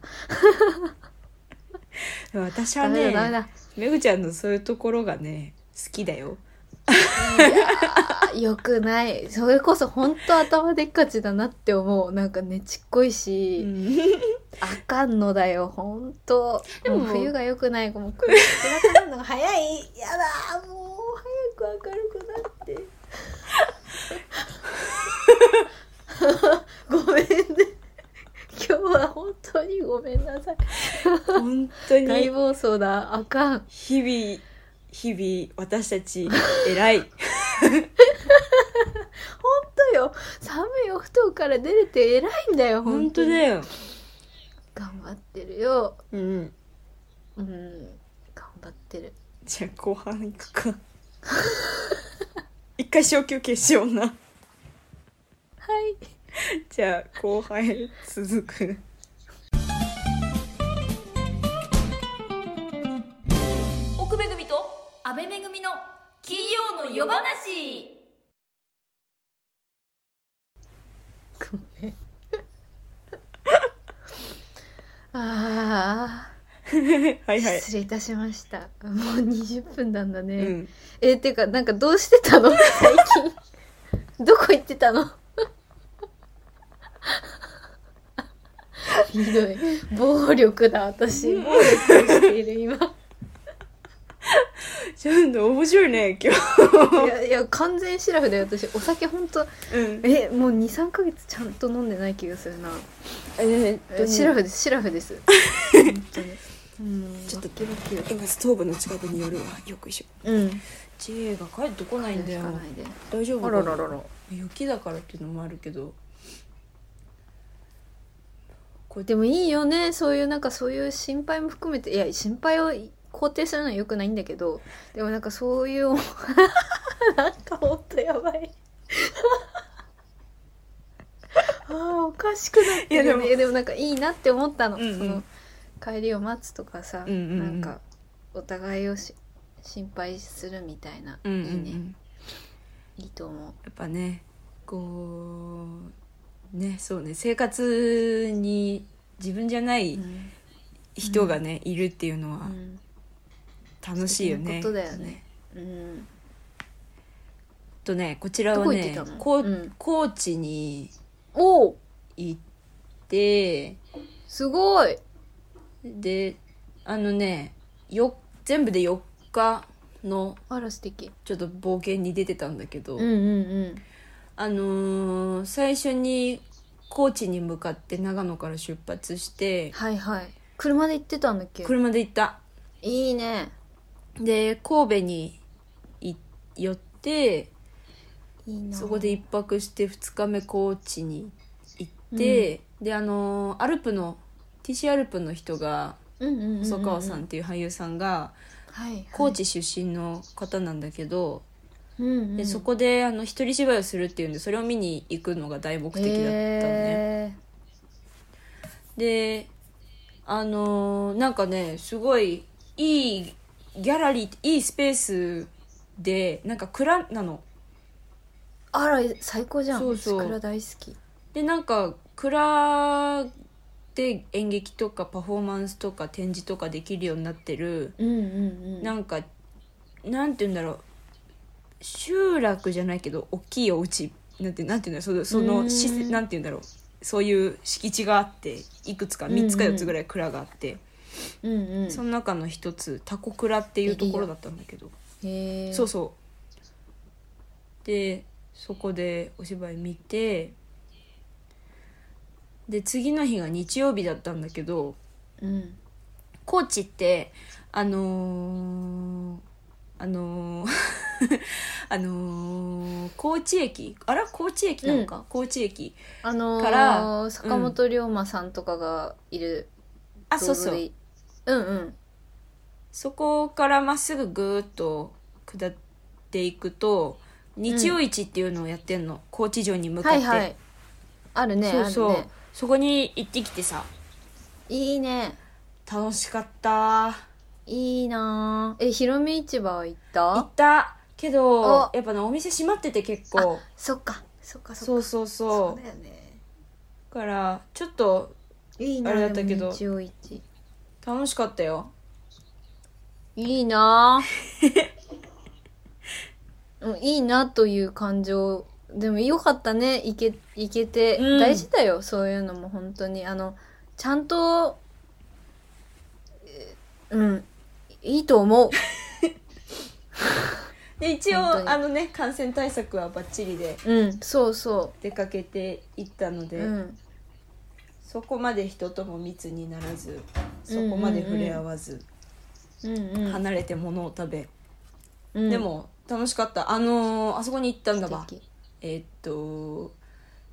[SPEAKER 2] うん私は
[SPEAKER 1] ダメだダメ
[SPEAKER 2] ね
[SPEAKER 1] だ。
[SPEAKER 2] めぐちゃんのそういうところがね好きだよ
[SPEAKER 1] あよくない。それこそ本当頭でっかちだなって思う。なんかねちっこいし。あかんのだよ、ほんと。
[SPEAKER 2] で
[SPEAKER 1] でも
[SPEAKER 2] も
[SPEAKER 1] う冬が良くない、もう暗くなるのが早い。やだ、もう早く明るくなって。 ごめんね。今日は本当にごめんなさい。
[SPEAKER 2] 本当
[SPEAKER 1] 大
[SPEAKER 2] に
[SPEAKER 1] 暴走だ、あかん。
[SPEAKER 2] 日々日々私たち偉い
[SPEAKER 1] ほんとよ、寒いお布団から出れて偉いんだよ、
[SPEAKER 2] 本
[SPEAKER 1] 本
[SPEAKER 2] 当
[SPEAKER 1] 当
[SPEAKER 2] だ
[SPEAKER 1] に。
[SPEAKER 2] よ、
[SPEAKER 1] 頑張ってるよ。
[SPEAKER 2] うん、
[SPEAKER 1] うん、頑張ってる。
[SPEAKER 2] じゃあ後半行くか一回小休憩しような
[SPEAKER 1] はい。
[SPEAKER 2] じゃあ後半へ続 く
[SPEAKER 3] 奥めぐみと阿部めぐみの金曜の夜話
[SPEAKER 1] ごめん あ
[SPEAKER 2] は
[SPEAKER 1] あ、
[SPEAKER 2] いはい
[SPEAKER 1] 失礼いたしました。もう20分なんだね。
[SPEAKER 2] うん
[SPEAKER 1] えー、てか、なんかどうしてたの 最近。どこ行ってたの ひどい。暴力だ、私。暴力をしている、今。
[SPEAKER 2] ちょっと面白いね今日
[SPEAKER 1] いや、いや、完全シラフだよ、私。お酒ほんと、
[SPEAKER 2] うん
[SPEAKER 1] え、もう2、3ヶ月ちゃんと飲んでない気がするな。
[SPEAKER 2] えーっと
[SPEAKER 1] シラ
[SPEAKER 2] ね
[SPEAKER 1] フです、シラフです。本当に。うん、
[SPEAKER 2] ちょっと
[SPEAKER 1] キバキよ。
[SPEAKER 2] 今ストーブの近くに寄るわよく一緒
[SPEAKER 1] うん。
[SPEAKER 2] J が帰ってこないんだよ
[SPEAKER 1] かないで。
[SPEAKER 2] 大丈夫
[SPEAKER 1] あ
[SPEAKER 2] からな
[SPEAKER 1] ららら。
[SPEAKER 2] 雪だからっていうのもあるけどこれ
[SPEAKER 1] でもいいよね、そういうなんかそういう心配も含めて、いや心配を肯定するのは良くないんだけど、でもなんかそういう なんか本当やばい。 ああおかしくなってるよね。
[SPEAKER 2] い
[SPEAKER 1] いやでもなんかいいなって思ったの。
[SPEAKER 2] うんうん
[SPEAKER 1] その帰りを待つとかさ、
[SPEAKER 2] うんうんうん
[SPEAKER 1] なんかお互いをし心配するみたいな、
[SPEAKER 2] うんうん、うん、
[SPEAKER 1] いいね。いいと思う。
[SPEAKER 2] やっぱねこうねそうね生活に自分じゃない
[SPEAKER 1] うん
[SPEAKER 2] 人がね、いるっていうのは
[SPEAKER 1] うん
[SPEAKER 2] 楽しいよね。
[SPEAKER 1] 素敵なことだよねうん、
[SPEAKER 2] とねこちらは
[SPEAKER 1] どこ行って
[SPEAKER 2] ね
[SPEAKER 1] たの
[SPEAKER 2] こ
[SPEAKER 1] うん
[SPEAKER 2] 高知に
[SPEAKER 1] おお
[SPEAKER 2] 行って
[SPEAKER 1] すごい
[SPEAKER 2] であのねよ全部で4日の
[SPEAKER 1] あら素敵
[SPEAKER 2] ちょっと冒険に出てたんだけど、
[SPEAKER 1] うんうん
[SPEAKER 2] あのー最初に高知に向かって長野から出発して
[SPEAKER 1] はいはい車で行ってたんだっけ
[SPEAKER 2] 車で行った。
[SPEAKER 1] いいね
[SPEAKER 2] で神戸にい寄って
[SPEAKER 1] いいな
[SPEAKER 2] そこで1泊して2日目高知に行って、であのーアルプの TC アルプの人が
[SPEAKER 1] うんうんうんうん
[SPEAKER 2] 細川さんっていう俳優さんが
[SPEAKER 1] はい、はい、
[SPEAKER 2] 高知出身の方なんだけど、
[SPEAKER 1] うんうん、
[SPEAKER 2] でそこであの一人芝居をするっていうんでそれを見に行くのが大目的だったのね。
[SPEAKER 1] へ
[SPEAKER 2] であのーなんかねすごいいいギャラリーいいスペースでなんか暗なの。
[SPEAKER 1] ーあら最高じゃん
[SPEAKER 2] そうそう
[SPEAKER 1] 桜大好き
[SPEAKER 2] でなんか蔵って演劇とかパフォーマンスとか展示とかできるようになってる
[SPEAKER 1] うんうんうん
[SPEAKER 2] なんかなんて言うんだろう集落じゃないけど大きいお家なんてなんて言うんだろうそのそうの
[SPEAKER 1] ん
[SPEAKER 2] 施設なんて言うんだろうそういう敷地があっていくつか
[SPEAKER 1] うんうん
[SPEAKER 2] 3つか4つぐらい蔵があって、
[SPEAKER 1] うんうん
[SPEAKER 2] その中の一つタコ蔵っていうところだったんだけど
[SPEAKER 1] へえ
[SPEAKER 2] そうそうでそこでお芝居見てで次の日が日曜日だったんだけど
[SPEAKER 1] うん
[SPEAKER 2] 高知ってあのーあのー あのー高知駅あら高知駅なのか、高知駅
[SPEAKER 1] あのー、
[SPEAKER 2] から
[SPEAKER 1] 坂本龍馬さんとかがいる
[SPEAKER 2] あそうそう
[SPEAKER 1] ううんうん
[SPEAKER 2] そこからまっすぐぐーっと下っていくと日曜市っていうのをやってんの、高知城に向かっ
[SPEAKER 1] は
[SPEAKER 2] て、
[SPEAKER 1] いはいあるね
[SPEAKER 2] そうそう、
[SPEAKER 1] あるね
[SPEAKER 2] そこに行ってきてさ
[SPEAKER 1] いいね
[SPEAKER 2] 楽しかった
[SPEAKER 1] いいなーえひろみ市場は行っ
[SPEAKER 2] 行
[SPEAKER 1] た
[SPEAKER 2] ったけど
[SPEAKER 1] お
[SPEAKER 2] やっぱねお店閉まってて結構
[SPEAKER 1] そっかそっか
[SPEAKER 2] そ
[SPEAKER 1] そっ
[SPEAKER 2] う
[SPEAKER 1] か
[SPEAKER 2] そうそう
[SPEAKER 1] そうだよね
[SPEAKER 2] だからちょっと
[SPEAKER 1] いいな
[SPEAKER 2] あれだった
[SPEAKER 1] で
[SPEAKER 2] けど
[SPEAKER 1] も日曜市
[SPEAKER 2] 楽しかったよ
[SPEAKER 1] いいなぁ うんいいなという感情でもよかったねいけいけて、
[SPEAKER 2] うん
[SPEAKER 1] 大事だよそういうのも本当にあのちゃんとえうんいいと思う
[SPEAKER 2] で一応
[SPEAKER 1] 本当に
[SPEAKER 2] あのね感染対策はバッチリで
[SPEAKER 1] うんそうそ
[SPEAKER 2] 出かけていったの
[SPEAKER 1] う、
[SPEAKER 2] で、
[SPEAKER 1] うん、
[SPEAKER 2] そこまで人とも密にならずそこまで触れ合わず、
[SPEAKER 1] うんうん
[SPEAKER 2] 離れて物を食べ、
[SPEAKER 1] うん
[SPEAKER 2] でも楽しかったあのーあそこに行ったんだわ
[SPEAKER 1] 素敵
[SPEAKER 2] えーっと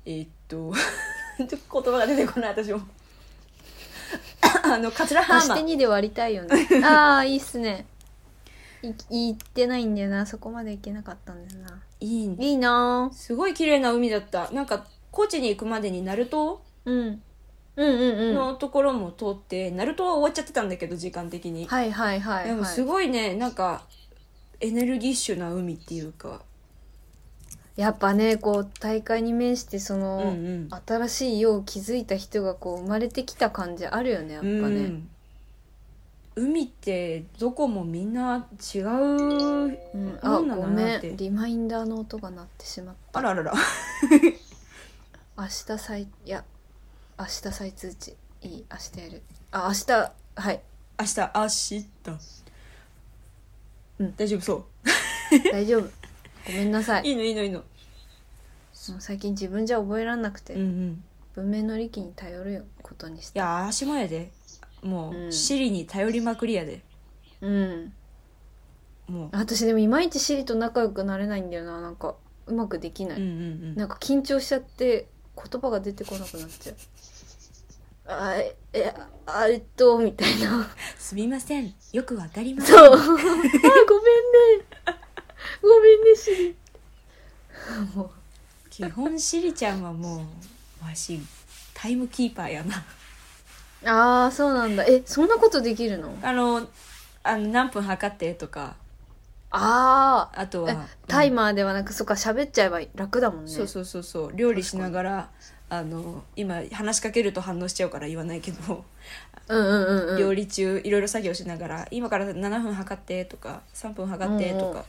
[SPEAKER 2] えーっと 言葉が出てこない私も あの桂
[SPEAKER 1] 足
[SPEAKER 2] 浜
[SPEAKER 1] して2で割りた いよねああいいっすねい行ってないんだよなそこまで行けなかったんだよない
[SPEAKER 2] い
[SPEAKER 1] いいなぁ
[SPEAKER 2] すごい綺麗な海だったなんか高知に行くまでに鳴門
[SPEAKER 1] うんうんうんうん
[SPEAKER 2] のところも通って、鳴門は終わっちゃってたんだけど時間的に、
[SPEAKER 1] はいはいはい、はい、
[SPEAKER 2] でもすごいねなんかエネルギッシュな海っていうか、
[SPEAKER 1] やっぱねこう大会に面してその、
[SPEAKER 2] うん
[SPEAKER 1] 新しい世を築いた人がこう生まれてきた感じあるよねやっ
[SPEAKER 2] う
[SPEAKER 1] ぱ
[SPEAKER 2] ん、
[SPEAKER 1] ね、
[SPEAKER 2] うん海ってどこもみんな違う、
[SPEAKER 1] うんあ
[SPEAKER 2] なんなん
[SPEAKER 1] ご
[SPEAKER 2] だな
[SPEAKER 1] め
[SPEAKER 2] って
[SPEAKER 1] んリマインダーの音が鳴ってしまっ
[SPEAKER 2] あらあらら
[SPEAKER 1] た明日再いや明日再通知いい明日やるあ明日はい
[SPEAKER 2] 明日明日
[SPEAKER 1] うん
[SPEAKER 2] 大丈夫そ
[SPEAKER 1] 大丈夫ごめんなさ
[SPEAKER 2] う
[SPEAKER 1] い
[SPEAKER 2] いいのいいのいいの
[SPEAKER 1] もう最近自分じゃ覚えらんなくて、
[SPEAKER 2] うんうん
[SPEAKER 1] 文明の利器に頼ることにし
[SPEAKER 2] い
[SPEAKER 1] た
[SPEAKER 2] や足もやでもう、
[SPEAKER 1] うん
[SPEAKER 2] シリに頼りまくりやで
[SPEAKER 1] うん
[SPEAKER 2] も
[SPEAKER 1] 私でもいまいちシリと仲良くなれないんだよななんかうまくできな
[SPEAKER 2] う
[SPEAKER 1] い、
[SPEAKER 2] うんうんう
[SPEAKER 1] なんんか緊張しちゃって言葉が出てこなくなっちゃう。あええあえっとみたいな。
[SPEAKER 2] すみませんよくわかりません
[SPEAKER 1] そう。あごめんね。ごめんねシリ。も
[SPEAKER 2] 基本シリちゃんはもうわしタイムキーパーやな
[SPEAKER 1] うああそうなんだ。えそんなことできるの？
[SPEAKER 2] あのあの何分測ってとか
[SPEAKER 1] ああ
[SPEAKER 2] あと
[SPEAKER 1] え
[SPEAKER 2] は
[SPEAKER 1] タイマーではなくそっか喋っちゃえば楽だもんね。
[SPEAKER 2] そうそうそうそう料理しながらあの今話しかけると反応しちゃうから言わないけど、
[SPEAKER 1] う。んうんうんうん。
[SPEAKER 2] 料理中いろいろ作業しながら今から7分測ってとか3分測ってとか、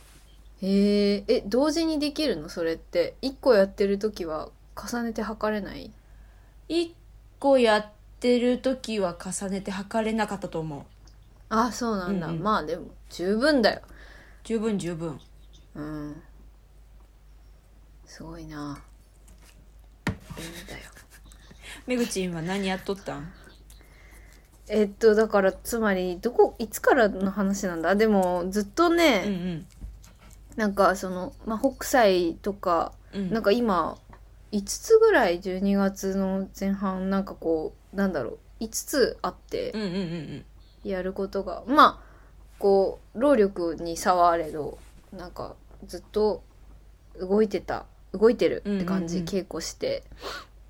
[SPEAKER 1] へええ同時にできるのそれって一個やってる時は重ねて測れない。
[SPEAKER 2] 1個やってる時は重ねて測れなかったと思う
[SPEAKER 1] ああそうなんだ。
[SPEAKER 2] うんうん
[SPEAKER 1] まあでも十分だよ。
[SPEAKER 2] 十分十分
[SPEAKER 1] うんすごいな便利だよ
[SPEAKER 2] めぐちんは何やっとったん
[SPEAKER 1] えっとだからつまりどこいつからの話なんだでもずっとね、
[SPEAKER 2] うんうん
[SPEAKER 1] なんかその、まあ、北斎とか、
[SPEAKER 2] うん
[SPEAKER 1] なんか今5つぐらい12月の前半なんかこうなんだろう5つあって
[SPEAKER 2] うんうんうんうん
[SPEAKER 1] やることが、まあこう労力に差はあれどなんかずっと動いてた動いてるって感じ、
[SPEAKER 2] うんうん
[SPEAKER 1] 稽古して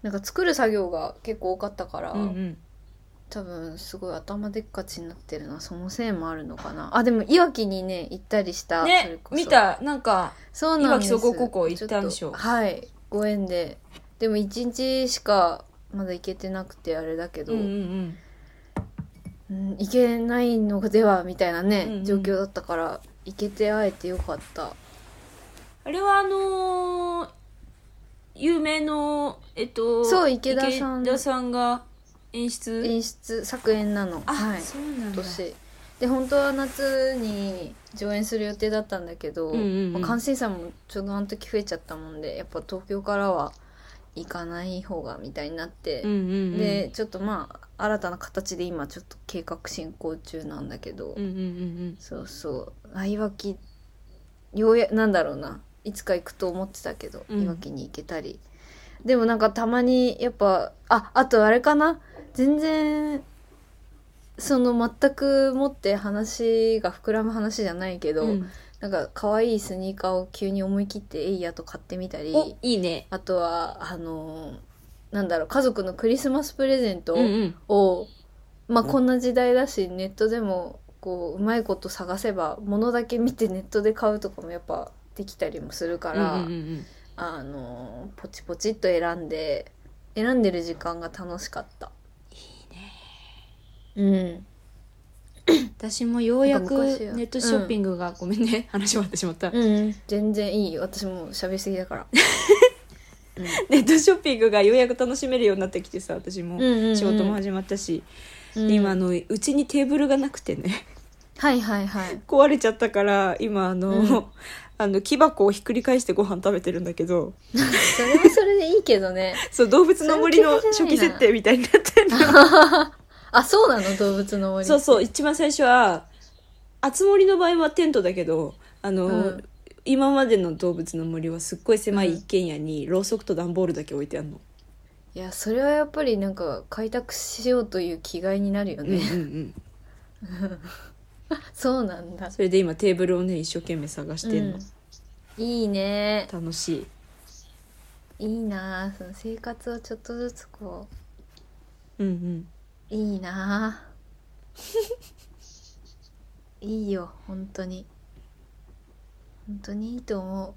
[SPEAKER 1] なんか作る作業が結構多かったから、
[SPEAKER 2] うんうん
[SPEAKER 1] 多分すごい頭でっかちになってるなそのせいもあるのかなあでもいわきにね行ったりした、それ
[SPEAKER 2] ね
[SPEAKER 1] こそ
[SPEAKER 2] 見たなんか
[SPEAKER 1] そうなんです
[SPEAKER 2] いわき総合高校行ったんでしょ
[SPEAKER 1] ちっとはいご縁ででも一日しかまだ行けてなくてあれだけど、
[SPEAKER 2] う
[SPEAKER 1] うん
[SPEAKER 2] うんん
[SPEAKER 1] 行けないのではみたいなね、
[SPEAKER 2] うんうん
[SPEAKER 1] 状況だったから行けて会えてよかった
[SPEAKER 2] あれはあのー有名のえっと
[SPEAKER 1] そう池田さん
[SPEAKER 2] 池田さんが演出
[SPEAKER 1] 演出作演なの
[SPEAKER 2] あ、
[SPEAKER 1] はい
[SPEAKER 2] そうなんだ
[SPEAKER 1] 年で本当は夏に上演する予定だったんだけど、
[SPEAKER 2] うんうんうん
[SPEAKER 1] まあ感染者もちょうどあの時増えちゃったもんでやっぱ東京からは行かない方がみたいになって、
[SPEAKER 2] うんうんうん
[SPEAKER 1] でちょっとまあ新たな形で今ちょっと計画進行中なんだけど、
[SPEAKER 2] うんうんうん
[SPEAKER 1] そうそうあいわきようやなんだろうないつか行くと思ってたけど、
[SPEAKER 2] うん
[SPEAKER 1] いわきに行けたりでもなんかたまにやっぱああとあれかな全然その全くもって話が膨らむ話じゃないけど、
[SPEAKER 2] うん
[SPEAKER 1] なんか可愛いスニーカーを急に思い切ってえいやと買ってみたり
[SPEAKER 2] おいいね
[SPEAKER 1] あとはあのーなんだろう家族のクリスマスプレゼントを、
[SPEAKER 2] うんうん
[SPEAKER 1] を、まあ、こんな時代だしネットでもこううまいこと探せば物だけ見てネットで買うとかもやっぱできたりもするから、
[SPEAKER 2] うんうんうん
[SPEAKER 1] あのポチポチっと選んで選んでる時間が楽しかった。いいね
[SPEAKER 2] 私もようやく
[SPEAKER 1] なんか昔は
[SPEAKER 2] ネットショッピングが、ごめんね話終わってしまっ
[SPEAKER 1] う
[SPEAKER 2] た、
[SPEAKER 1] ん、うん、全然いいよ私もう喋りすぎだ から、
[SPEAKER 2] ネットショッピングがようやく楽しめるようになってきてさ私も
[SPEAKER 1] うんうんうん
[SPEAKER 2] 仕事も始まったし、
[SPEAKER 1] うん
[SPEAKER 2] 今あのうちにテーブルがなくてね
[SPEAKER 1] はいはいはい
[SPEAKER 2] 壊れちゃったから今あの、
[SPEAKER 1] うん
[SPEAKER 2] あの木箱をひっくり返してご飯食べてるんだけど
[SPEAKER 1] それはそれでいいけどね
[SPEAKER 2] そう動物の森の初
[SPEAKER 1] それ
[SPEAKER 2] 期
[SPEAKER 1] 気持ち悪いな
[SPEAKER 2] 設定みたいになってるの
[SPEAKER 1] あ そうなの動物の森
[SPEAKER 2] そうそう一番最初はあつ森の場合はテントだけどあの、
[SPEAKER 1] うん
[SPEAKER 2] 今までの動物の森はすっごい狭い一軒家にろうそくと段ボールだけ置いてあるの。
[SPEAKER 1] いやそれはやっぱりなんか開拓しようという気概になるよ
[SPEAKER 2] うんうんう
[SPEAKER 1] ね、
[SPEAKER 2] ん、
[SPEAKER 1] そうなんだ
[SPEAKER 2] それで今テーブルをね一生懸命探してんの、
[SPEAKER 1] うん、いいね
[SPEAKER 2] 楽し
[SPEAKER 1] い
[SPEAKER 2] い
[SPEAKER 1] いなあその生活をちょっとずつこ
[SPEAKER 2] うんうん
[SPEAKER 1] ういいなあ いいよ本当に本当にいいと思う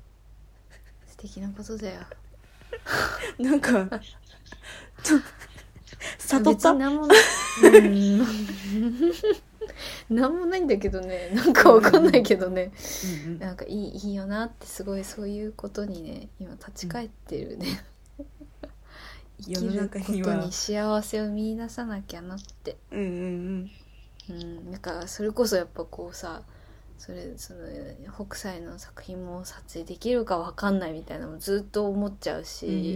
[SPEAKER 1] 素敵なことだよ
[SPEAKER 2] なんか、 と悟っ
[SPEAKER 1] 別
[SPEAKER 2] た
[SPEAKER 1] に何もなうん 何もないんだけどねなんかわかんないけどね、なんかいいいいよなってすごいそういうことにね今立ち返ってるね、生き
[SPEAKER 2] 世の
[SPEAKER 1] る
[SPEAKER 2] 中
[SPEAKER 1] こと
[SPEAKER 2] には
[SPEAKER 1] に幸せを見出さなきゃなって
[SPEAKER 2] うん
[SPEAKER 1] う
[SPEAKER 2] うん
[SPEAKER 1] んなんかそれこそやっぱこうさそれその北斎の作品も撮影できるかわかんないみたいなのもずっと思っちゃうし、
[SPEAKER 2] うんうんう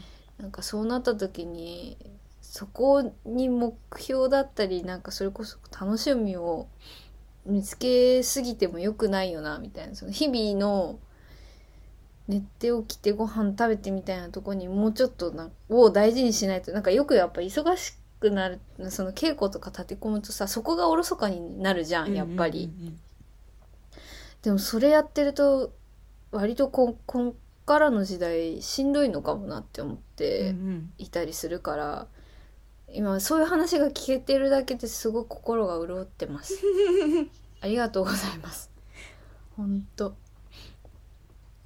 [SPEAKER 2] ん
[SPEAKER 1] なんかそうなった時にそこに目標だったりなんかそれこそ楽しみを見つけすぎても良くないよなみたいなその日々の寝て起きてご飯食べてみたいなとこにもうちょっとなんを大事にしないとなんかよくやっぱ忙しくなるその稽古とか立て込むとさそこがおろそかになるじゃ
[SPEAKER 2] うん
[SPEAKER 1] んやっぱり。
[SPEAKER 2] うんうん
[SPEAKER 1] でもそれやってると割とこんこんからの時代しんどいのかもなって思っ
[SPEAKER 2] うん
[SPEAKER 1] て。
[SPEAKER 2] うん
[SPEAKER 1] いたりするから今そういう話が聞けてるだけですごく心が潤ってますありがとうございます本当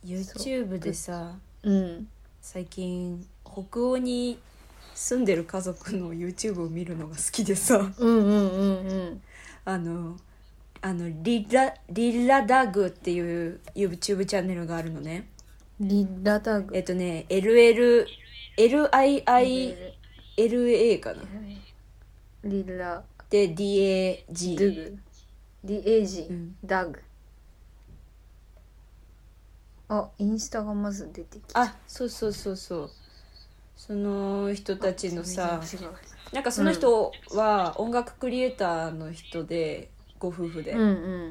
[SPEAKER 2] YouTube でさ
[SPEAKER 1] うん
[SPEAKER 2] 最近北欧に住んでる家族の YouTube を見るのが好きでさ
[SPEAKER 1] うんうんうんうん
[SPEAKER 2] あのあのリラリラダグっていう YouTube チャンネルがあるのね
[SPEAKER 1] リラタグ
[SPEAKER 2] えっとね LLLIILA かな
[SPEAKER 1] リラ
[SPEAKER 2] で
[SPEAKER 1] ド
[SPEAKER 2] DAG
[SPEAKER 1] ゥグリエージ
[SPEAKER 2] うん
[SPEAKER 1] ダグあインスタがまず出てきた
[SPEAKER 2] あそうそうそうそうその人たちのさ
[SPEAKER 1] 違う
[SPEAKER 2] なんかその人は音楽クリエイターの人でご夫婦で、
[SPEAKER 1] うんう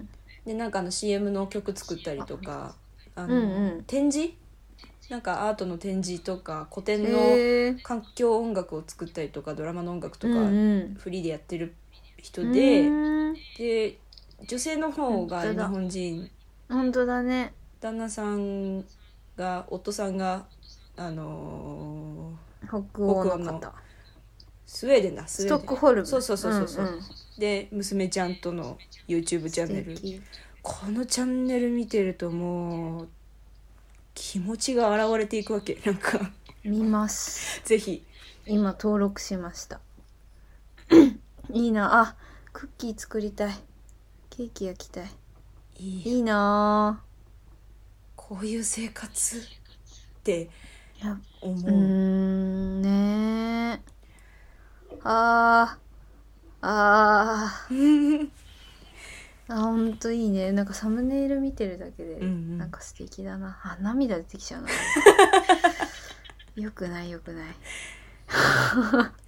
[SPEAKER 1] ん
[SPEAKER 2] でなんかあの CM の曲作ったりとかあの、
[SPEAKER 1] うんうん
[SPEAKER 2] 展示なんかアートの展示とか古典の
[SPEAKER 1] へえ
[SPEAKER 2] 環境音楽を作ったりとかドラマの音楽とか、
[SPEAKER 1] うん
[SPEAKER 2] フリーでやってる
[SPEAKER 1] う
[SPEAKER 2] 人
[SPEAKER 1] ん、
[SPEAKER 2] で、
[SPEAKER 1] うん
[SPEAKER 2] で女性の方が
[SPEAKER 1] 本当
[SPEAKER 2] 日
[SPEAKER 1] だ
[SPEAKER 2] 本人
[SPEAKER 1] 本当だね
[SPEAKER 2] 旦那さんが夫さんがあのー
[SPEAKER 1] 北欧の
[SPEAKER 2] 北欧
[SPEAKER 1] 方
[SPEAKER 2] のスウェーデンだスウ
[SPEAKER 1] ス
[SPEAKER 2] ェー
[SPEAKER 1] ト
[SPEAKER 2] デ
[SPEAKER 1] ックホルム
[SPEAKER 2] そうそうそうそうそうん
[SPEAKER 1] ん
[SPEAKER 2] ンで娘ちゃんとの YouTube チャンネル
[SPEAKER 1] 素敵
[SPEAKER 2] このチャンネル見てるともう気持ちが洗われていくわけなんか
[SPEAKER 1] 見ます
[SPEAKER 2] ぜひ
[SPEAKER 1] 今登録しました いいなあクッキー作りたいケーキ焼きたい
[SPEAKER 2] いい
[SPEAKER 1] いいな
[SPEAKER 2] こういう生活って
[SPEAKER 1] いや
[SPEAKER 2] 思
[SPEAKER 1] うーんねえあーあー
[SPEAKER 2] うん
[SPEAKER 1] あほんといいねなんかサムネイル見てるだけで、
[SPEAKER 2] うん
[SPEAKER 1] なんか素敵だなあ涙出てきちゃう なよくないよくない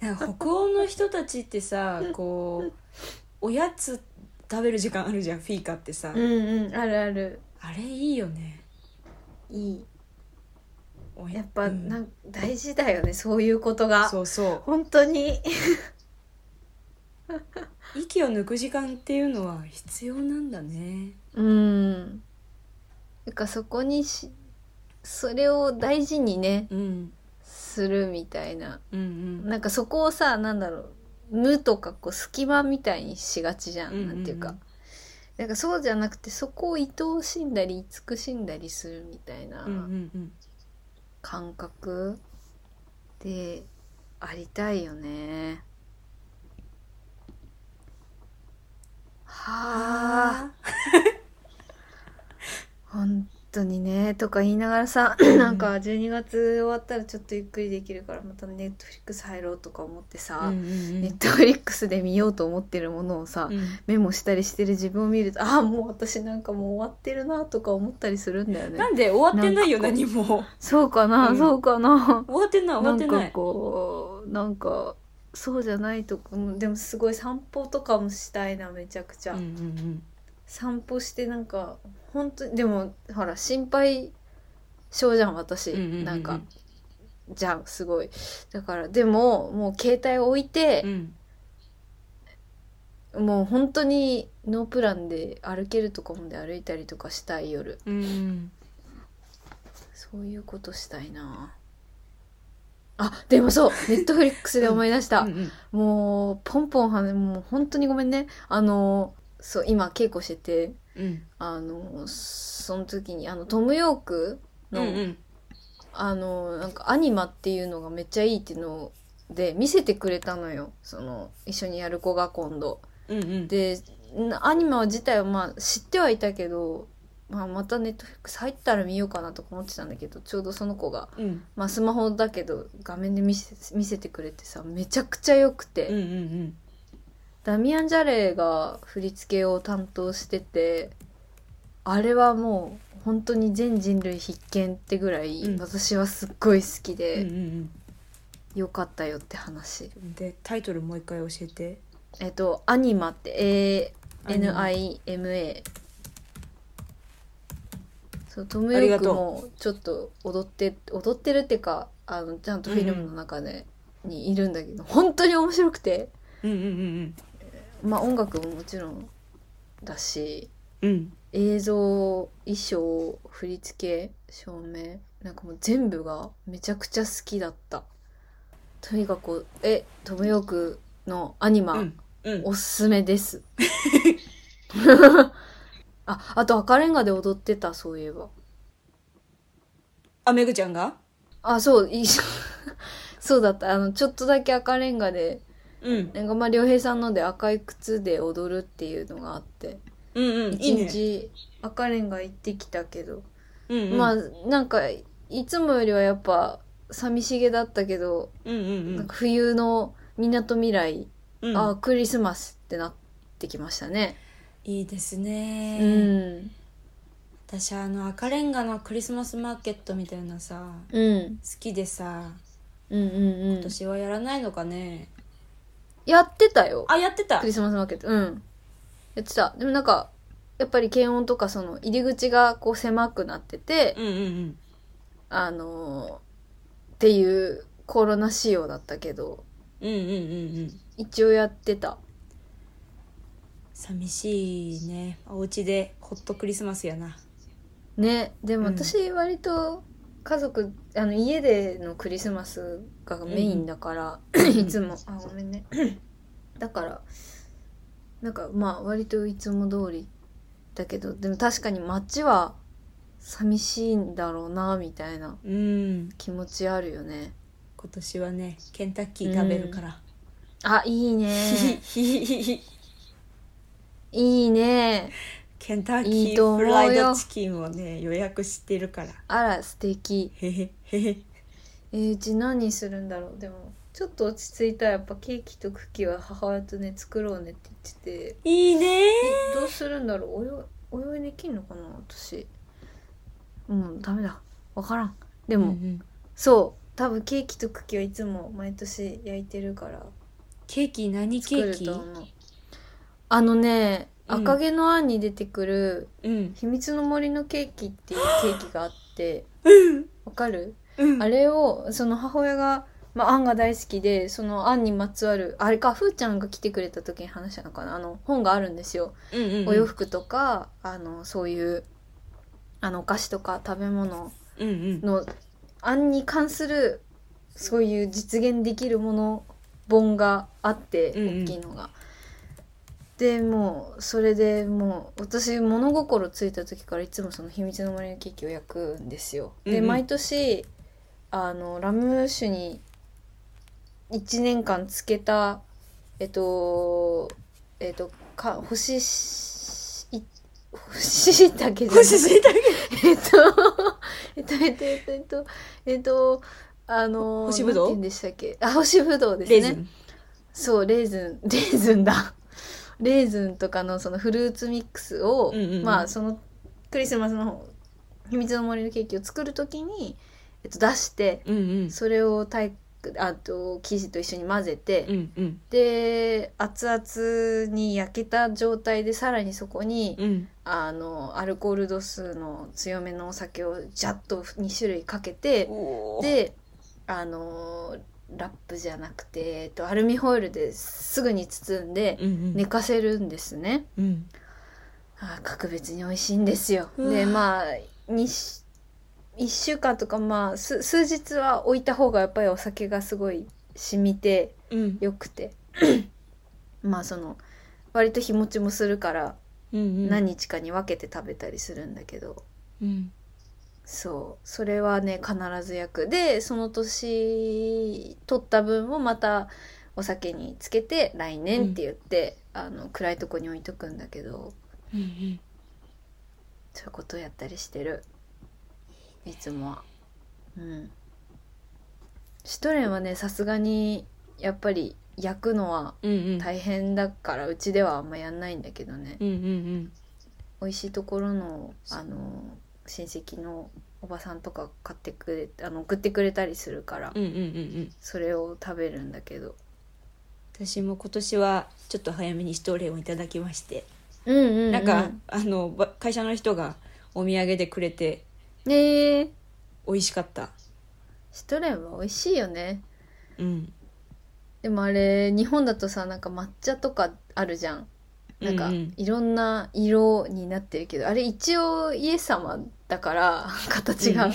[SPEAKER 2] なんか北欧の人たちっ てさこうおやつ食べる時間あるじゃんフィーカってさ、
[SPEAKER 1] うんうんあるある
[SPEAKER 2] あれいいよね
[SPEAKER 1] いい
[SPEAKER 2] おや
[SPEAKER 1] やっぱ、
[SPEAKER 2] うん
[SPEAKER 1] なんか大事だよねそういうことが
[SPEAKER 2] そうそ
[SPEAKER 1] 本当に
[SPEAKER 2] う息を抜く時間っていうのは必要なんだね
[SPEAKER 1] うんなんかそこにしそれを大事にね
[SPEAKER 2] うん
[SPEAKER 1] するみたいな
[SPEAKER 2] うんうん
[SPEAKER 1] なんかそこをさなんだろう無とかこう隙間みたいにしがちじゃん,、
[SPEAKER 2] うんうんうん
[SPEAKER 1] なんていうかなんかそうじゃなくてそこを愛おしんだり慈しんだりするみたいな
[SPEAKER 2] うんうんうん
[SPEAKER 1] 感覚でありたいよね。はあ
[SPEAKER 2] あ
[SPEAKER 1] 本当にねとか言いながらさなんか12月終わったらちょっとゆっくりできるからまたネットフリックス入ろうとか思ってさ。
[SPEAKER 2] うんうん
[SPEAKER 1] ネットフリックスで見ようと思ってるものをさ、
[SPEAKER 2] うん
[SPEAKER 1] メモしたりしてる自分を見るとああもう私なんかもう終わってるなとか思ったりするんだよね
[SPEAKER 2] な。んで終わってないよ
[SPEAKER 1] なん
[SPEAKER 2] 何も終
[SPEAKER 1] そうかな、
[SPEAKER 2] うん
[SPEAKER 1] そうかな。
[SPEAKER 2] わって ない
[SPEAKER 1] な
[SPEAKER 2] 終わっ
[SPEAKER 1] ん
[SPEAKER 2] て
[SPEAKER 1] か
[SPEAKER 2] ない
[SPEAKER 1] こうなんかそうじゃないとこでもすごい散歩とかもしたいなめちゃくちゃ、
[SPEAKER 2] うんうん
[SPEAKER 1] 散歩してなんか本当にでもほら心配性じゃん私、
[SPEAKER 2] うんうんうんうん
[SPEAKER 1] なんかじゃんすごいだからでももう携帯を置いて、
[SPEAKER 2] うん
[SPEAKER 1] もう本当にノープランで歩けるとこまで歩いたりとかしたい夜
[SPEAKER 2] うん
[SPEAKER 1] そういうことしたいなあでも そうネットフリックスで思い出した、
[SPEAKER 2] うんうん
[SPEAKER 1] もうポンポンはねもう本当にごめんねあのそう今稽古してて
[SPEAKER 2] うん
[SPEAKER 1] あのその時にあのトム・ヨークの、
[SPEAKER 2] うん
[SPEAKER 1] あのなんかアニマっていうのがめっちゃいいっていうので見せてくれたのよその一緒にやる子が今度。
[SPEAKER 2] うんうん
[SPEAKER 1] でんアニマ自体はまあ知ってはいたけど、まあ、またネットフリックス入ったら見ようかなとか思ってたんだけどちょうどその子が、
[SPEAKER 2] うん
[SPEAKER 1] まあ、スマホだけど画面で見せ見せてくれてさめちゃくちゃ良くて、
[SPEAKER 2] うんうん
[SPEAKER 1] ダミアン・ジャレーが振り付けを担当しててあれはもう本当に全人類必見ってぐらい、
[SPEAKER 2] うん
[SPEAKER 1] 私はすっごい好き
[SPEAKER 2] うんうんう
[SPEAKER 1] で、
[SPEAKER 2] ん
[SPEAKER 1] 良かったよって話。
[SPEAKER 2] うんでタイトルもう一回教えて
[SPEAKER 1] えっと、アニマって、
[SPEAKER 2] アニマ
[SPEAKER 1] ANIMA。そう、トム・ヨ
[SPEAKER 2] あり
[SPEAKER 1] ー
[SPEAKER 2] が
[SPEAKER 1] ク
[SPEAKER 2] とう
[SPEAKER 1] もちょっと踊って、踊ってるっていうか、あの、ちゃんとフィルムの中で、にいるんだけど、本当に面白くて、
[SPEAKER 2] うんうんうん
[SPEAKER 1] まあ音楽ももちろんだし、
[SPEAKER 2] うんうん
[SPEAKER 1] 映像、衣装、振り付け、照明、なんかもう全部がめちゃくちゃ好きだった。とにかく、え、トム・ヨークのアニマ、
[SPEAKER 2] うんうん
[SPEAKER 1] おすすめです。あ、あと赤レンガで踊ってた、そういえば。
[SPEAKER 2] あめぐちゃんが
[SPEAKER 1] あ、そう、いい そうだった。あの、ちょっとだけ赤レンガで、
[SPEAKER 2] うん
[SPEAKER 1] なんかまあ、良平さんので赤い靴で踊るっていうのがあって、
[SPEAKER 2] うんうんい
[SPEAKER 1] 一
[SPEAKER 2] いね
[SPEAKER 1] 日赤レンガ行ってきたけど、
[SPEAKER 2] うんうん
[SPEAKER 1] まあ、なんか、いつもよりはやっぱ、寂しげだったけど、
[SPEAKER 2] うんうんう
[SPEAKER 1] なん
[SPEAKER 2] ん
[SPEAKER 1] か冬の港未来、
[SPEAKER 2] うん
[SPEAKER 1] あ、クリスマスってなってきましたね。
[SPEAKER 2] いいですね
[SPEAKER 1] うん。
[SPEAKER 2] 私あの赤レンガのクリスマスマーケットみたいなさ
[SPEAKER 1] うん。
[SPEAKER 2] 好きでさ
[SPEAKER 1] うんうんうん
[SPEAKER 2] 今。年はやらないのかね
[SPEAKER 1] やってたよ。
[SPEAKER 2] あやってた
[SPEAKER 1] クリスマスマーケット。うん。やってた。でもなんか、やっぱり検温とかその入り口がこう狭くなってて、
[SPEAKER 2] うんうん
[SPEAKER 1] あのーっていうコロナ仕様だったけど、
[SPEAKER 2] うんうんうんうんうん
[SPEAKER 1] 一応やってた。
[SPEAKER 2] 寂しいねお家でホットクリスマスやな
[SPEAKER 1] ね。でも
[SPEAKER 2] うん
[SPEAKER 1] 私割と家族、あの家でのクリスマスがメインだから、いつも、あ、ごめんね。 だから、なんかまあ割といつも通りだけど、でも確かに街は寂しいんだろうなみたいな
[SPEAKER 2] うん
[SPEAKER 1] 気持ちあるよね
[SPEAKER 2] 今年はねケンタッキー食べるから、
[SPEAKER 1] あいい ね
[SPEAKER 2] ひひひひ
[SPEAKER 1] いいね
[SPEAKER 2] ケンタッ
[SPEAKER 1] い
[SPEAKER 2] キ
[SPEAKER 1] いと
[SPEAKER 2] ー
[SPEAKER 1] 思う
[SPEAKER 2] フ
[SPEAKER 1] よ
[SPEAKER 2] ライドチキンをね予約してるから
[SPEAKER 1] あら素敵
[SPEAKER 2] へへへへ
[SPEAKER 1] えーうち何するんだろうでもちょっと落ち着いたらやっぱケーキとクッキーは母親とね作ろうねって言ってて
[SPEAKER 2] いいね
[SPEAKER 1] どうするんだろう泳い泳いできんのかな私うんダメだ分からんで
[SPEAKER 2] で
[SPEAKER 1] も、そう多分ケーキとクッキーはいつも毎年焼いてるから
[SPEAKER 2] ケーキ何ケ
[SPEAKER 1] 作
[SPEAKER 2] ー
[SPEAKER 1] る
[SPEAKER 2] キ
[SPEAKER 1] と思うあのね「
[SPEAKER 2] うん
[SPEAKER 1] 赤毛のアン」に出てくる
[SPEAKER 2] うん
[SPEAKER 1] 「秘密の森のケーキ」っていうケーキがあってわかる
[SPEAKER 2] うん
[SPEAKER 1] あれをその母親が、まあ、アンが大好きでそのアンにまつわるあれかふーちゃんが来てくれた時に話したのかなあの本があるんですよ、
[SPEAKER 2] うんうん
[SPEAKER 1] お洋服とかあのそういうあのお菓子とか食べ物
[SPEAKER 2] うんうん
[SPEAKER 1] のアンに関するそういう実現できるもの本があって
[SPEAKER 2] うんう
[SPEAKER 1] 大
[SPEAKER 2] ん
[SPEAKER 1] きいのが。でもうそれでもう私物心ついた時からいつもその秘密の森のケーキを焼くんですよ。
[SPEAKER 2] うん
[SPEAKER 1] で
[SPEAKER 2] うん
[SPEAKER 1] 毎年あのラム酒に1年間漬けたえっとえっとか干ししい干し椎茸じゃない
[SPEAKER 2] 干し椎茸
[SPEAKER 1] えっと、えっと、えっと、えっと、えっと、えっと、あのー、
[SPEAKER 2] 干しぶど
[SPEAKER 1] なんて
[SPEAKER 2] う
[SPEAKER 1] 言うんでしたっけ あ、干しぶどうです
[SPEAKER 2] レ
[SPEAKER 1] ね。
[SPEAKER 2] ーズン
[SPEAKER 1] そう、レーズン、レ ーズンだ。レーズンとかのそのフルーツミックスを、
[SPEAKER 2] うんうんうん
[SPEAKER 1] まあ、そのクリスマスの秘密の森のケーキを作るときに、えっと、出して、
[SPEAKER 2] うんうん
[SPEAKER 1] それを体育あと生地と一緒に混ぜて、
[SPEAKER 2] うんうん
[SPEAKER 1] で熱々に焼けた状態でさらにそこに、
[SPEAKER 2] うん
[SPEAKER 1] あのアルコール度数の強めのお酒をジャッと2種類かけて
[SPEAKER 2] おー
[SPEAKER 1] であのラップじゃなくて、えっと、アルミホイルですぐに包んで
[SPEAKER 2] うんうん
[SPEAKER 1] 寝かせるんですね、
[SPEAKER 2] うん
[SPEAKER 1] あー格別に美味しいんですよ
[SPEAKER 2] うわ
[SPEAKER 1] でまあにし1週間とかまあす数日は置いた方がやっぱりお酒がすごい染みて
[SPEAKER 2] うん
[SPEAKER 1] よくてまあその割と日持ちもするから
[SPEAKER 2] うん
[SPEAKER 1] 何日かに分けて食べたりするんだけど、
[SPEAKER 2] うん
[SPEAKER 1] そうそれはね必ず焼くでその年取った分をまたお酒につけて来年って言って、あの暗いとこに置いとくんだけど
[SPEAKER 2] うんうん
[SPEAKER 1] そういうことをやったりしてるいつもはうんシュトレンはねさすがにやっぱり焼くのは
[SPEAKER 2] うんうん
[SPEAKER 1] 大変だからうちではあんまやんないんだけどね
[SPEAKER 2] うんうん
[SPEAKER 1] 美味しいところのあの親戚のおばさんとか買ってくれあの送ってくれたりするから、
[SPEAKER 2] うんうんうんうん
[SPEAKER 1] それを食べるんだけど
[SPEAKER 2] 私も今年はちょっと早めにシュトレンをいただきまして
[SPEAKER 1] うんうん、うん、
[SPEAKER 2] なんかあのば会社の人がお土産でくれて
[SPEAKER 1] ねえ
[SPEAKER 2] 美味しかった
[SPEAKER 1] シュトレンは美味しいよね
[SPEAKER 2] うん
[SPEAKER 1] でもあれ日本だとさなんか抹茶とかあるじゃんなんか
[SPEAKER 2] うんうん
[SPEAKER 1] いろんな色になってるけど、あれ一応イエス様だから 形が、
[SPEAKER 2] うん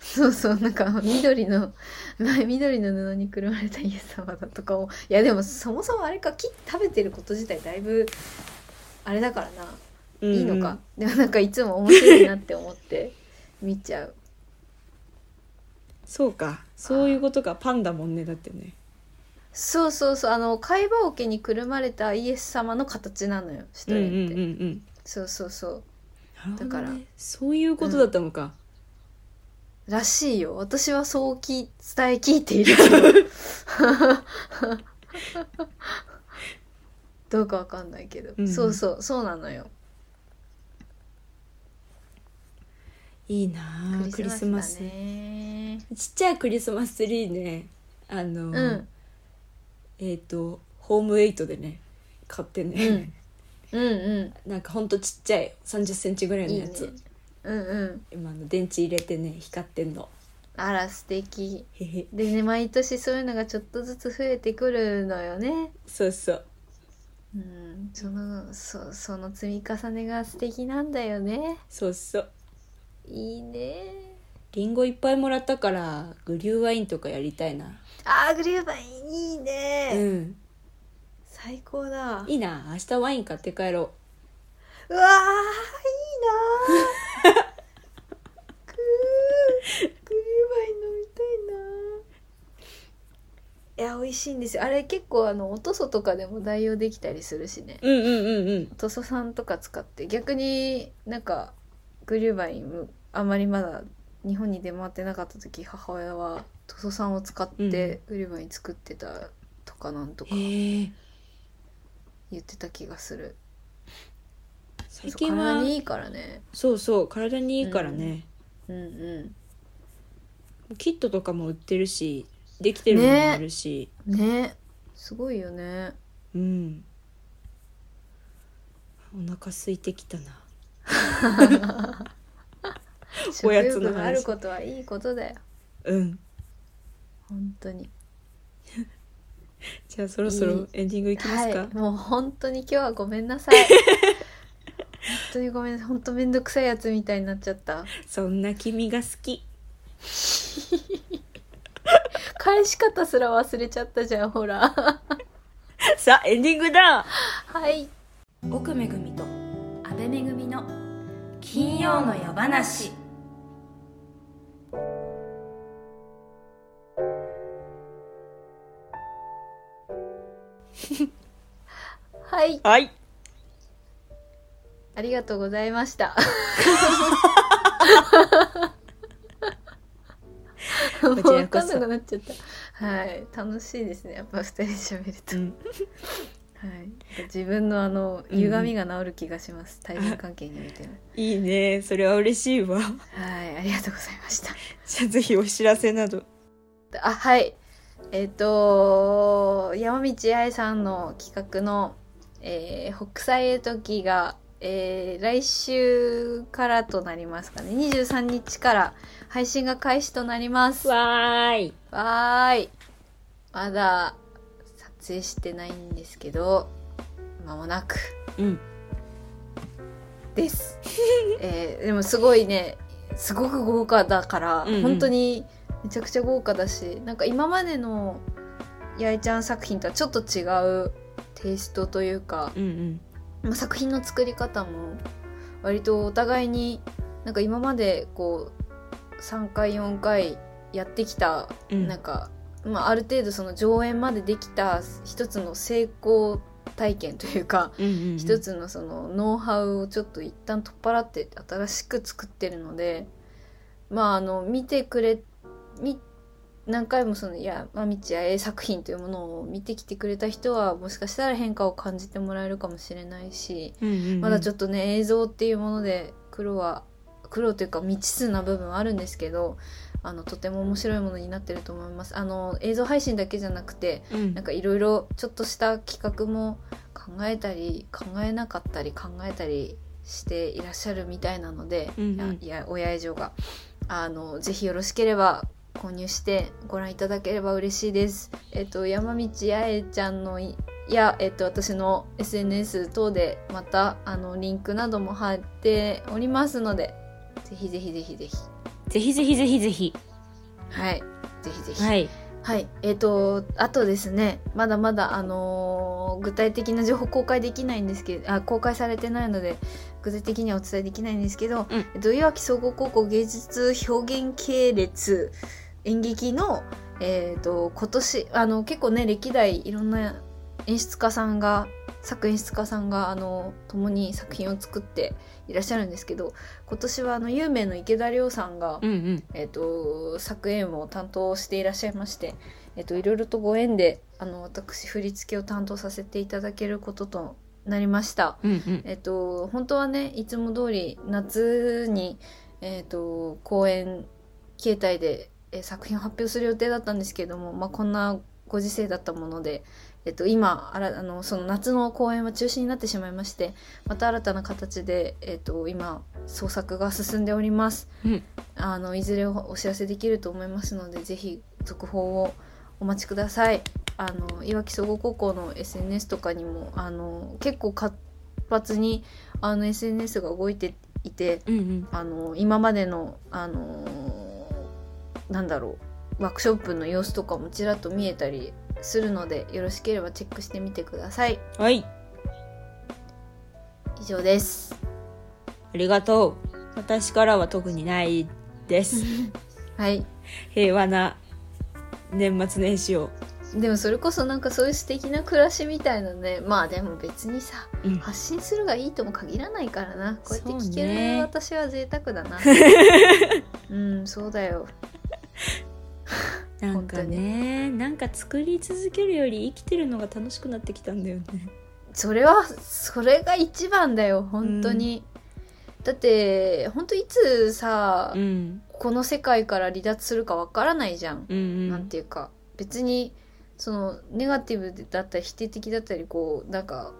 [SPEAKER 1] そうそうなんか緑の まあ緑の布にくるまれたイエス様だとかをいやでもそもそもあれか切って食べてること自体だいぶあれだからな、いいのかでもなんかいつも面白いなって思って 見ちゃう
[SPEAKER 2] そうかそういうことかパンだもんねだってね
[SPEAKER 1] そうそうそうあの貝羽桶にくるまれたイエス様の形なのよシュ
[SPEAKER 2] う
[SPEAKER 1] ト
[SPEAKER 2] んう
[SPEAKER 1] レ
[SPEAKER 2] ん
[SPEAKER 1] ンって、
[SPEAKER 2] うんうん
[SPEAKER 1] そうそうそう
[SPEAKER 2] なるほどね
[SPEAKER 1] だから
[SPEAKER 2] そういうことだったのか、
[SPEAKER 1] らしいよ私はそうき伝え聞いてい るけどどうかわかんないけど、
[SPEAKER 2] うん
[SPEAKER 1] そうそうそうなのよ
[SPEAKER 2] いいなあクリスマス
[SPEAKER 1] だね
[SPEAKER 2] ちっちゃいクリスマスツリーねあの、
[SPEAKER 1] うん
[SPEAKER 2] えっ、とホームエイトでね買ってね、
[SPEAKER 1] うん う
[SPEAKER 2] なんかほんとちっちゃい3 0ンチぐらい
[SPEAKER 1] んい
[SPEAKER 2] の
[SPEAKER 1] い
[SPEAKER 2] や
[SPEAKER 1] ね
[SPEAKER 2] つ
[SPEAKER 1] うんうん
[SPEAKER 2] 今あの電池入れてね光ってんの
[SPEAKER 1] あら素敵
[SPEAKER 2] へへ
[SPEAKER 1] でね毎年そういうのがちょっとずつ増えてくるのよね
[SPEAKER 2] そうそう
[SPEAKER 1] うんそのそその積み重ねが素敵なんだよね
[SPEAKER 2] そうそう
[SPEAKER 1] いいね
[SPEAKER 2] リンゴいっぱいもらったからグリューワインとかやりたいな
[SPEAKER 1] あーグリューバインいいうね、
[SPEAKER 2] ん
[SPEAKER 1] 最高だ
[SPEAKER 2] いいな明日ワイン買って帰ろ
[SPEAKER 1] うわーいいなワイン飲みたいないや美味しいんですよあれ結構あのおとそとかでも代用できたりするしね
[SPEAKER 2] うんうんうんうん
[SPEAKER 1] おとそさんとか使って逆になんかグリューバインあんまりまだ日本に出回ってなかった時母親はとそさんを使ってグリューバイン作ってたとかなんとか
[SPEAKER 2] へえ
[SPEAKER 1] 言ってた気がする、
[SPEAKER 2] 最
[SPEAKER 1] そう
[SPEAKER 2] 近は
[SPEAKER 1] 体にいいからね
[SPEAKER 2] そうそう体にいいからね、
[SPEAKER 1] うんうん
[SPEAKER 2] キットとかも売ってるしできてるものもあるし、
[SPEAKER 1] ねすごいよね
[SPEAKER 2] うんお腹空いてきたなおやつの
[SPEAKER 1] 食欲
[SPEAKER 2] 話
[SPEAKER 1] があることはいいことだよ
[SPEAKER 2] うん
[SPEAKER 1] 本当に
[SPEAKER 2] じゃあそろそろエンディングいきますか、
[SPEAKER 1] はいもう本当に今日はごめん なさい本当にごめん本当めんどくさいやつみたいになっちゃった
[SPEAKER 2] そんな君が好き
[SPEAKER 1] 返し方すら忘れちゃったじゃんほら
[SPEAKER 2] さあエンディングだ
[SPEAKER 1] はい
[SPEAKER 3] 奥めぐみと阿部めぐみの金曜の夜話
[SPEAKER 1] はい
[SPEAKER 2] はい
[SPEAKER 1] ありがとうございました もう分
[SPEAKER 2] こちらこ
[SPEAKER 1] かん
[SPEAKER 2] そ
[SPEAKER 1] なくなっちゃったはい楽しいですねやっぱ二人で喋ると
[SPEAKER 2] う、ん
[SPEAKER 1] はい、自分のあの歪みが治る気がします、対人関係においての
[SPEAKER 2] いいねそれは嬉しいわ
[SPEAKER 1] はいありがとうございました
[SPEAKER 2] じゃあぜひお知らせなど
[SPEAKER 1] あはいえっ、と山道愛さんの企画の「えー北斎絵とき」が、えー来週からとなりますかね23日から配信が開始となりますわ
[SPEAKER 2] わーい
[SPEAKER 1] ーいまだ撮影してないんですけど間もなく
[SPEAKER 2] うん
[SPEAKER 1] です、 えーでもすごいねすごく豪華だから、
[SPEAKER 2] うんうん
[SPEAKER 1] 本当にめちゃくちゃ豪華だしなんか今までの八重ちゃん作品とはちょっと違うテイストというか、
[SPEAKER 2] うんう
[SPEAKER 1] ま
[SPEAKER 2] ん
[SPEAKER 1] あ、作品の作り方も割とお互いになんか今までこう3回4回やってきた
[SPEAKER 2] うん
[SPEAKER 1] なんか、まあ、ある程度その上演までできた一つの成功体験というか
[SPEAKER 2] うんうんうん
[SPEAKER 1] 一つのそのノウハウをちょっと一旦取っ払って新しく作ってるのでまああの見てくれみ何回もそのいやまあみちやえ作品というものを見てきてくれた人はもしかしたら変化を感じてもらえるかもしれないし、
[SPEAKER 2] うんうんうん
[SPEAKER 1] まだちょ
[SPEAKER 2] っ
[SPEAKER 1] っとね映像っていうもので黒は黒というか未知数な部分はあるんですけどあのとても面白いものになってると思います。あの映像配信だけじゃなくて
[SPEAKER 2] と、うん
[SPEAKER 1] なんかいろいろちょっとした企画も考えたり考えなかったり考えたりしていらっしゃるみたいなので、
[SPEAKER 2] うんうん
[SPEAKER 1] やいや親以上があのぜひよろしければ購入してご覧いただければ嬉しいです。えっと山道八重ちゃんのいいや、えっと、私の SNS 等でまたあのリンクなども貼っておりますのでぜひぜひぜひぜひ
[SPEAKER 2] ぜひぜひぜひぜひ
[SPEAKER 1] はいぜひぜひ。
[SPEAKER 2] はい
[SPEAKER 1] はい、えっ、とあとですねまだまだあのー具体的な情報公開できないんですけどあ公開されてないので具体的にはお伝えできないんですけど、
[SPEAKER 2] うん
[SPEAKER 1] えっといわき総合高校芸術表現系列演劇のえっ、と今年あの結構ね歴代いろんな演出家さんが作演出家さんがあの共に作品を作っていらっしゃるんですけど今年はあの有名の池田亮さんが、
[SPEAKER 2] うんうん
[SPEAKER 1] えっと作演を担当していらっしゃいまして、えっといろいろとご縁であの私振り付けを担当させていただけることとなりました。
[SPEAKER 2] うんうん
[SPEAKER 1] えっと本当はねいつも通り夏に、えっと公演形態で、えー作品を発表する予定だったんですけれども、まあ、こんなご時世だったもので、えっと今あらあのその夏の公演は中止になってしまいましてまた新たな形で、えっと今創作が進んでおります。
[SPEAKER 2] うん
[SPEAKER 1] あのいずれおお知らせできると思いますのでぜひ続報をお待ちください。あのいわき総合高校の SNS とかにもあの結構活発にあの SNS が動いていて
[SPEAKER 2] うんうん
[SPEAKER 1] あの今までのあのなんだろうワークショップの様子とかもちらっと見えたりするのでよろしければチェックしてみてください。
[SPEAKER 2] はい
[SPEAKER 1] 以上です。
[SPEAKER 2] ありがとう私からは特にないです
[SPEAKER 1] はい
[SPEAKER 2] 平和な年末年始を、
[SPEAKER 1] でもそれこそなんかそういう素敵な暮らしみたいなねまあでも別にさ
[SPEAKER 2] うん
[SPEAKER 1] 発信するがいいとも限らないからなこうやって聞け
[SPEAKER 2] そう
[SPEAKER 1] る
[SPEAKER 2] ね
[SPEAKER 1] 私は贅沢だ なうんそうだよ
[SPEAKER 2] なんかねなんか作り続けるより生きてるのが楽しくなってきたんだよね
[SPEAKER 1] それはそれが一番だよ本当に、だって本当いつさ、
[SPEAKER 2] うん
[SPEAKER 1] この世界から離脱するかわからないじゃん、
[SPEAKER 2] うんうん
[SPEAKER 1] なんていうか別にそのネガティブだったり否定的だったりこうなんか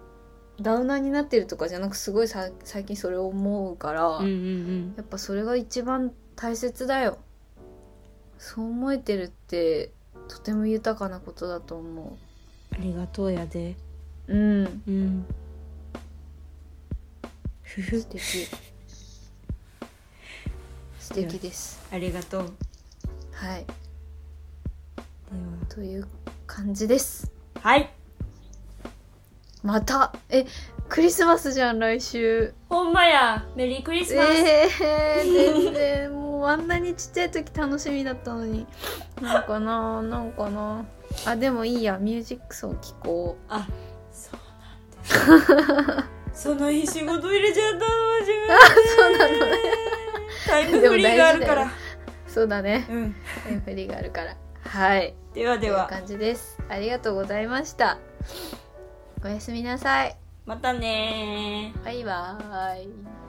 [SPEAKER 1] ダウナーになってるとかじゃなくすごいさ最近それを思うから、
[SPEAKER 2] うんうん
[SPEAKER 1] やっぱそれが一番大切だよそう思えてるってとても豊かなことだと思
[SPEAKER 2] うんありがとうやで
[SPEAKER 1] ううん
[SPEAKER 2] うんふふ
[SPEAKER 1] 素敵素敵です
[SPEAKER 2] ありがとうで
[SPEAKER 1] はいという感じです
[SPEAKER 2] ははい
[SPEAKER 1] またえクリスマスじゃん来週
[SPEAKER 3] ほんまやメリークリスマス、
[SPEAKER 1] ええー、全然もうあんなにちっちゃい時楽しみだったのになんかななんかなあでもいいやミュージックソン聴こう
[SPEAKER 2] あそうなんですその日仕事入れちゃったの自分であそうなのねタイムフリーがあるか
[SPEAKER 1] でも
[SPEAKER 2] ら
[SPEAKER 1] そうだね
[SPEAKER 2] うん
[SPEAKER 1] タイムフリーがあるからはい
[SPEAKER 2] ではでは
[SPEAKER 1] という感じですありがとうございましたおやすみなさい
[SPEAKER 2] またねー
[SPEAKER 1] バイバーイ